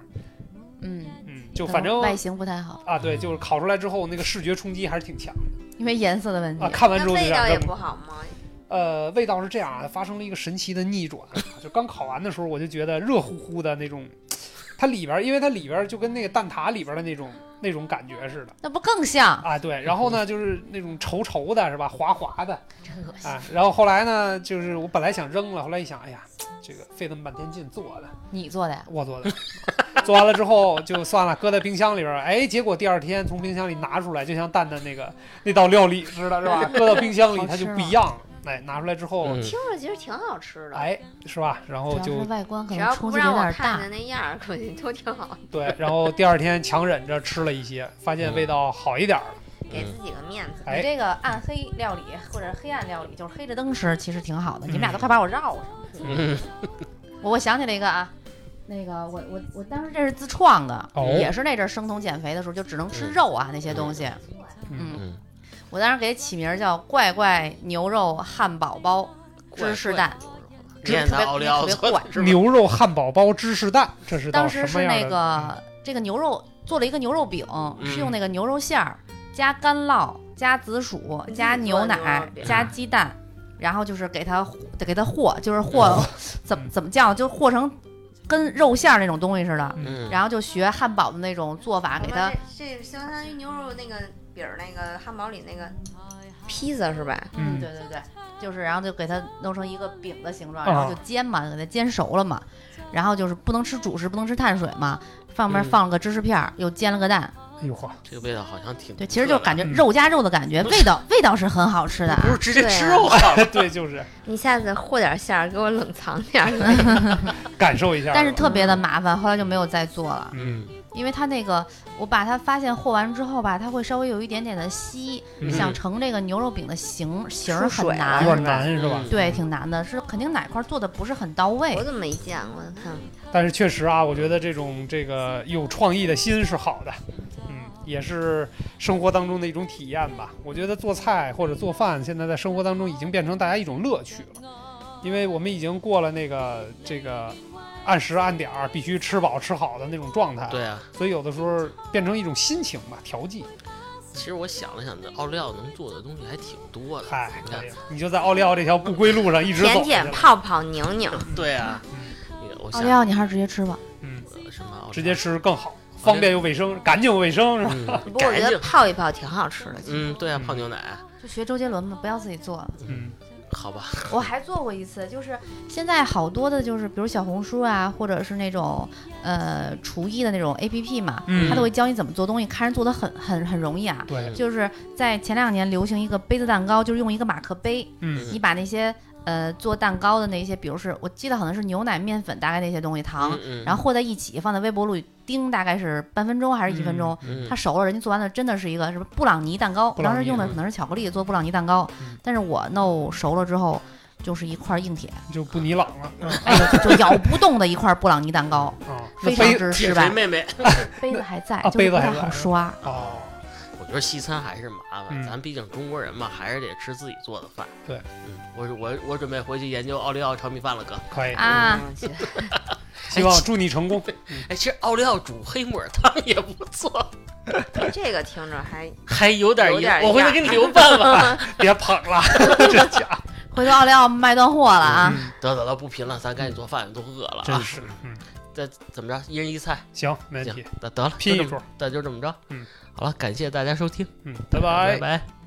Speaker 3: 嗯，
Speaker 1: 嗯，就
Speaker 3: 可
Speaker 1: 反
Speaker 3: 能
Speaker 1: 正
Speaker 3: 外形不太好，
Speaker 1: 啊，对，就是烤出来之后那个视觉冲击还是挺强的
Speaker 3: 因为颜色的问题
Speaker 1: 啊，。看完
Speaker 4: 嗯那
Speaker 1: 之后就
Speaker 4: 味
Speaker 1: 想
Speaker 4: 道也
Speaker 1: 扔了。
Speaker 4: 不好
Speaker 3: 嗯
Speaker 4: 吗？
Speaker 1: 呃，味道是这样啊，发生了一个神奇的逆转。啊就刚烤完的时候，我就觉得热乎乎的那种，它里边儿，因为它里边儿就跟那个蛋挞里边儿的那种那种感觉似的
Speaker 3: 那不更像？
Speaker 1: (laughs) 啊，对。然后呢，就是那种稠稠的，是吧？滑滑的
Speaker 3: (laughs) 真恶心！
Speaker 1: 啊。然后后来呢，就是我本来想扔了，后来一想，哎呀，这个费那么半天劲做的，
Speaker 3: 你做的呀？
Speaker 1: 我
Speaker 3: (laughs)
Speaker 1: 做的。做完了之后就算了，搁在冰箱里边儿。哎，结果第二天从冰箱里拿出来，就像蛋的那个那道料理似的，是吧？搁到冰箱里它就不
Speaker 3: 啊
Speaker 1: 一样了。哎，拿出来之
Speaker 3: 哦
Speaker 1: 后，
Speaker 2: 嗯
Speaker 4: 听着其实挺好吃的，
Speaker 1: 哎，是吧？然后
Speaker 3: 主要
Speaker 1: 就是
Speaker 3: 外观可
Speaker 4: 只
Speaker 3: 能
Speaker 4: 要
Speaker 3: 冲
Speaker 4: 不
Speaker 3: 击力
Speaker 4: 让
Speaker 3: 有
Speaker 4: 我
Speaker 3: 点
Speaker 4: 看
Speaker 3: 大
Speaker 4: 见。那样儿，估计都挺好的。
Speaker 1: 对，然后第二天强忍着吃了一些，发现味道好一点儿了。
Speaker 2: 嗯
Speaker 4: 给自己个面子。
Speaker 1: 哎
Speaker 3: 你这个暗黑料理或者黑暗料理，就是黑着灯吃，其实挺好的。你们
Speaker 1: 嗯
Speaker 3: 俩都快把我绕上。
Speaker 2: 嗯
Speaker 3: 我我想起了一个啊，那个我我我当时这是自创的，
Speaker 1: 哦
Speaker 3: 也是那阵儿生酮减肥的时候，就只能吃肉啊那些东西。
Speaker 1: 嗯
Speaker 3: 嗯，
Speaker 2: 嗯，
Speaker 3: 我当时给起名儿叫“怪怪牛肉汉堡包芝士蛋
Speaker 2: 练的奥利奥做的是吧
Speaker 1: 哦牛肉汉堡包芝士蛋，这是”，道
Speaker 3: 当
Speaker 1: 什
Speaker 3: 时
Speaker 1: 么
Speaker 3: 是
Speaker 1: 样
Speaker 3: 那
Speaker 1: 的嗯
Speaker 3: 个这个牛肉做了一个牛肉饼，是用那个牛肉馅儿加干酪、加紫薯、加牛奶、加鸡蛋，然后就是给它得给它和，就是和
Speaker 1: 嗯
Speaker 3: 怎么怎么叫，就和成跟肉馅儿那种东西似的。
Speaker 2: 嗯，
Speaker 3: 然后就学汉堡的那种做法，给它
Speaker 4: 我们这这相当于牛肉那个饼儿，那个汉堡里那个披萨是吧？
Speaker 1: 嗯
Speaker 3: 对对对，就是然后就给它弄成一个饼的形状，
Speaker 1: 啊
Speaker 3: 然后就煎嘛，给它煎熟了嘛，然后就是不能吃主食，不能吃碳水嘛，上面
Speaker 2: 嗯
Speaker 3: 放了个芝士片儿，又煎了个蛋，
Speaker 1: 哎呦呵，
Speaker 2: 这个味道好像挺
Speaker 3: 对，其实就感觉
Speaker 1: 嗯
Speaker 3: 肉加肉的感觉，味道味道是很好吃的啊
Speaker 2: 不。是直接
Speaker 4: 对啊
Speaker 2: 吃肉好了，
Speaker 1: (laughs) 对，就是
Speaker 4: 你下次和点馅儿，给我冷藏点儿。
Speaker 1: 感受一下吧。
Speaker 3: 但是特别的麻烦，后来就没有再做了，
Speaker 1: 嗯，
Speaker 3: 因为它那个，我把它发现和完之后吧，它会稍微有一点点的稀，
Speaker 1: 嗯
Speaker 3: 想成这个牛肉饼的形形儿
Speaker 4: 出水
Speaker 3: 很
Speaker 4: 了
Speaker 3: 难，
Speaker 1: 有点难是吧？
Speaker 2: 嗯
Speaker 3: 对，挺难的，是肯定哪块儿做的不是很到位
Speaker 4: 我。怎么没见过？看
Speaker 1: 但是确实啊，我觉得这种这个有创意的心是好的，嗯，也是生活当中的一种体验吧。我觉得做菜或者做饭，现在在生活当中已经变成大家一种乐趣了，因为我们已经过了那个这个按时按点儿，必须吃饱吃好的那种状态。
Speaker 2: 对啊，
Speaker 1: 所以有的时候变成一种心情吧，调剂。
Speaker 2: 其实我想了想，这奥利奥能做的东西还挺多的。
Speaker 1: 嗨，
Speaker 2: 你
Speaker 1: 哎可
Speaker 2: 看
Speaker 1: 以，，你就在奥利奥这条不归路上一直走下去
Speaker 4: 舔
Speaker 1: 了。
Speaker 4: 舔、泡泡、拧拧，
Speaker 2: 对啊，你看我
Speaker 3: 奥
Speaker 2: 想
Speaker 3: 利奥，哦你还是直接
Speaker 1: (laughs)
Speaker 3: 吃吧。
Speaker 1: 嗯，
Speaker 2: 呃什么奥利奥
Speaker 1: 直接吃更好，方便又卫生，干净又卫生是吧？
Speaker 2: 嗯
Speaker 4: 不过我觉
Speaker 2: 干
Speaker 4: 得
Speaker 2: 净
Speaker 4: 泡一泡挺好吃的。其实
Speaker 2: 嗯，对啊，
Speaker 1: 嗯
Speaker 2: 泡牛奶，
Speaker 3: 就学周杰伦吧，不要自己做。
Speaker 1: 嗯，
Speaker 2: 好吧，
Speaker 1: (laughs)
Speaker 3: 我还做过一次，就是现在好多的，就是比如小红书啊，或者是那种呃厨艺的那种 APP 嘛，
Speaker 1: 嗯
Speaker 3: 它都会教你怎么做东西，看人做的很很很容易啊。
Speaker 1: 对，
Speaker 3: 就是在前两年流行一个杯子蛋糕，就是用一个马克杯，
Speaker 1: 嗯
Speaker 3: 你把那些呃做蛋糕的那些，比如是我记得好像是牛奶、面粉，大概那些东西糖，
Speaker 2: 嗯，
Speaker 3: 然
Speaker 2: 后
Speaker 3: 后和在一起放在微波炉里叮，大概是半分钟还是一
Speaker 1: 嗯
Speaker 3: 分钟，
Speaker 2: 嗯
Speaker 3: 它熟了，人家做完了真的是一个什么布朗尼蛋糕，
Speaker 1: 布
Speaker 3: 我
Speaker 1: 朗尼
Speaker 3: 当时用的
Speaker 1: 嗯
Speaker 3: 可能是巧克力做布朗尼蛋糕，
Speaker 1: 嗯
Speaker 3: 但是我弄熟了之后就是一块硬铁，
Speaker 1: 就不你朗了
Speaker 3: 哎
Speaker 1: (laughs)
Speaker 3: 呦，就咬不动的一块布朗尼蛋糕，
Speaker 1: 啊，那
Speaker 3: 非常
Speaker 1: 杯
Speaker 3: 之
Speaker 2: 铁
Speaker 3: 失
Speaker 2: 锤
Speaker 3: 败。
Speaker 2: 妹妹，
Speaker 3: 啊杯子还在，
Speaker 1: 啊
Speaker 3: 就是
Speaker 1: 杯
Speaker 3: 不
Speaker 1: 子
Speaker 3: 太
Speaker 1: 还在
Speaker 3: 好刷。
Speaker 1: 哦，
Speaker 2: 我觉得西餐还是麻烦，
Speaker 1: 嗯
Speaker 2: 咱毕竟中国人嘛，还是得吃自己做的饭。
Speaker 1: 对，
Speaker 2: 嗯，我我我准备回去研究奥利奥炒米饭了，哥。
Speaker 1: 可以，
Speaker 3: 啊，
Speaker 4: 嗯其实 (laughs)
Speaker 1: 希望祝你成功。
Speaker 2: 哎，其实奥利奥煮黑木耳汤 (laughs) 也不错，
Speaker 4: 这个听着还
Speaker 2: 还有点
Speaker 4: 有
Speaker 2: 意
Speaker 4: 点
Speaker 2: 思。我回头
Speaker 4: 样
Speaker 2: 给你留办法。
Speaker 1: 别捧了，这家伙
Speaker 3: 回头奥利奥卖断货了啊！
Speaker 1: 嗯
Speaker 2: (laughs) 得得得，不贫了，咱赶紧做饭，都饿了
Speaker 1: 真
Speaker 2: 啊！
Speaker 1: 是，嗯，
Speaker 2: 这怎么着，一人一菜，
Speaker 1: 行，没问
Speaker 2: 行
Speaker 1: 题，，
Speaker 2: 得得了，
Speaker 1: 拼
Speaker 2: 就
Speaker 1: 一
Speaker 2: 这么
Speaker 1: 桌，
Speaker 2: 那就这么着。
Speaker 1: 嗯，
Speaker 2: 好了，感谢大家收听，
Speaker 1: 嗯，拜拜
Speaker 2: 拜。拜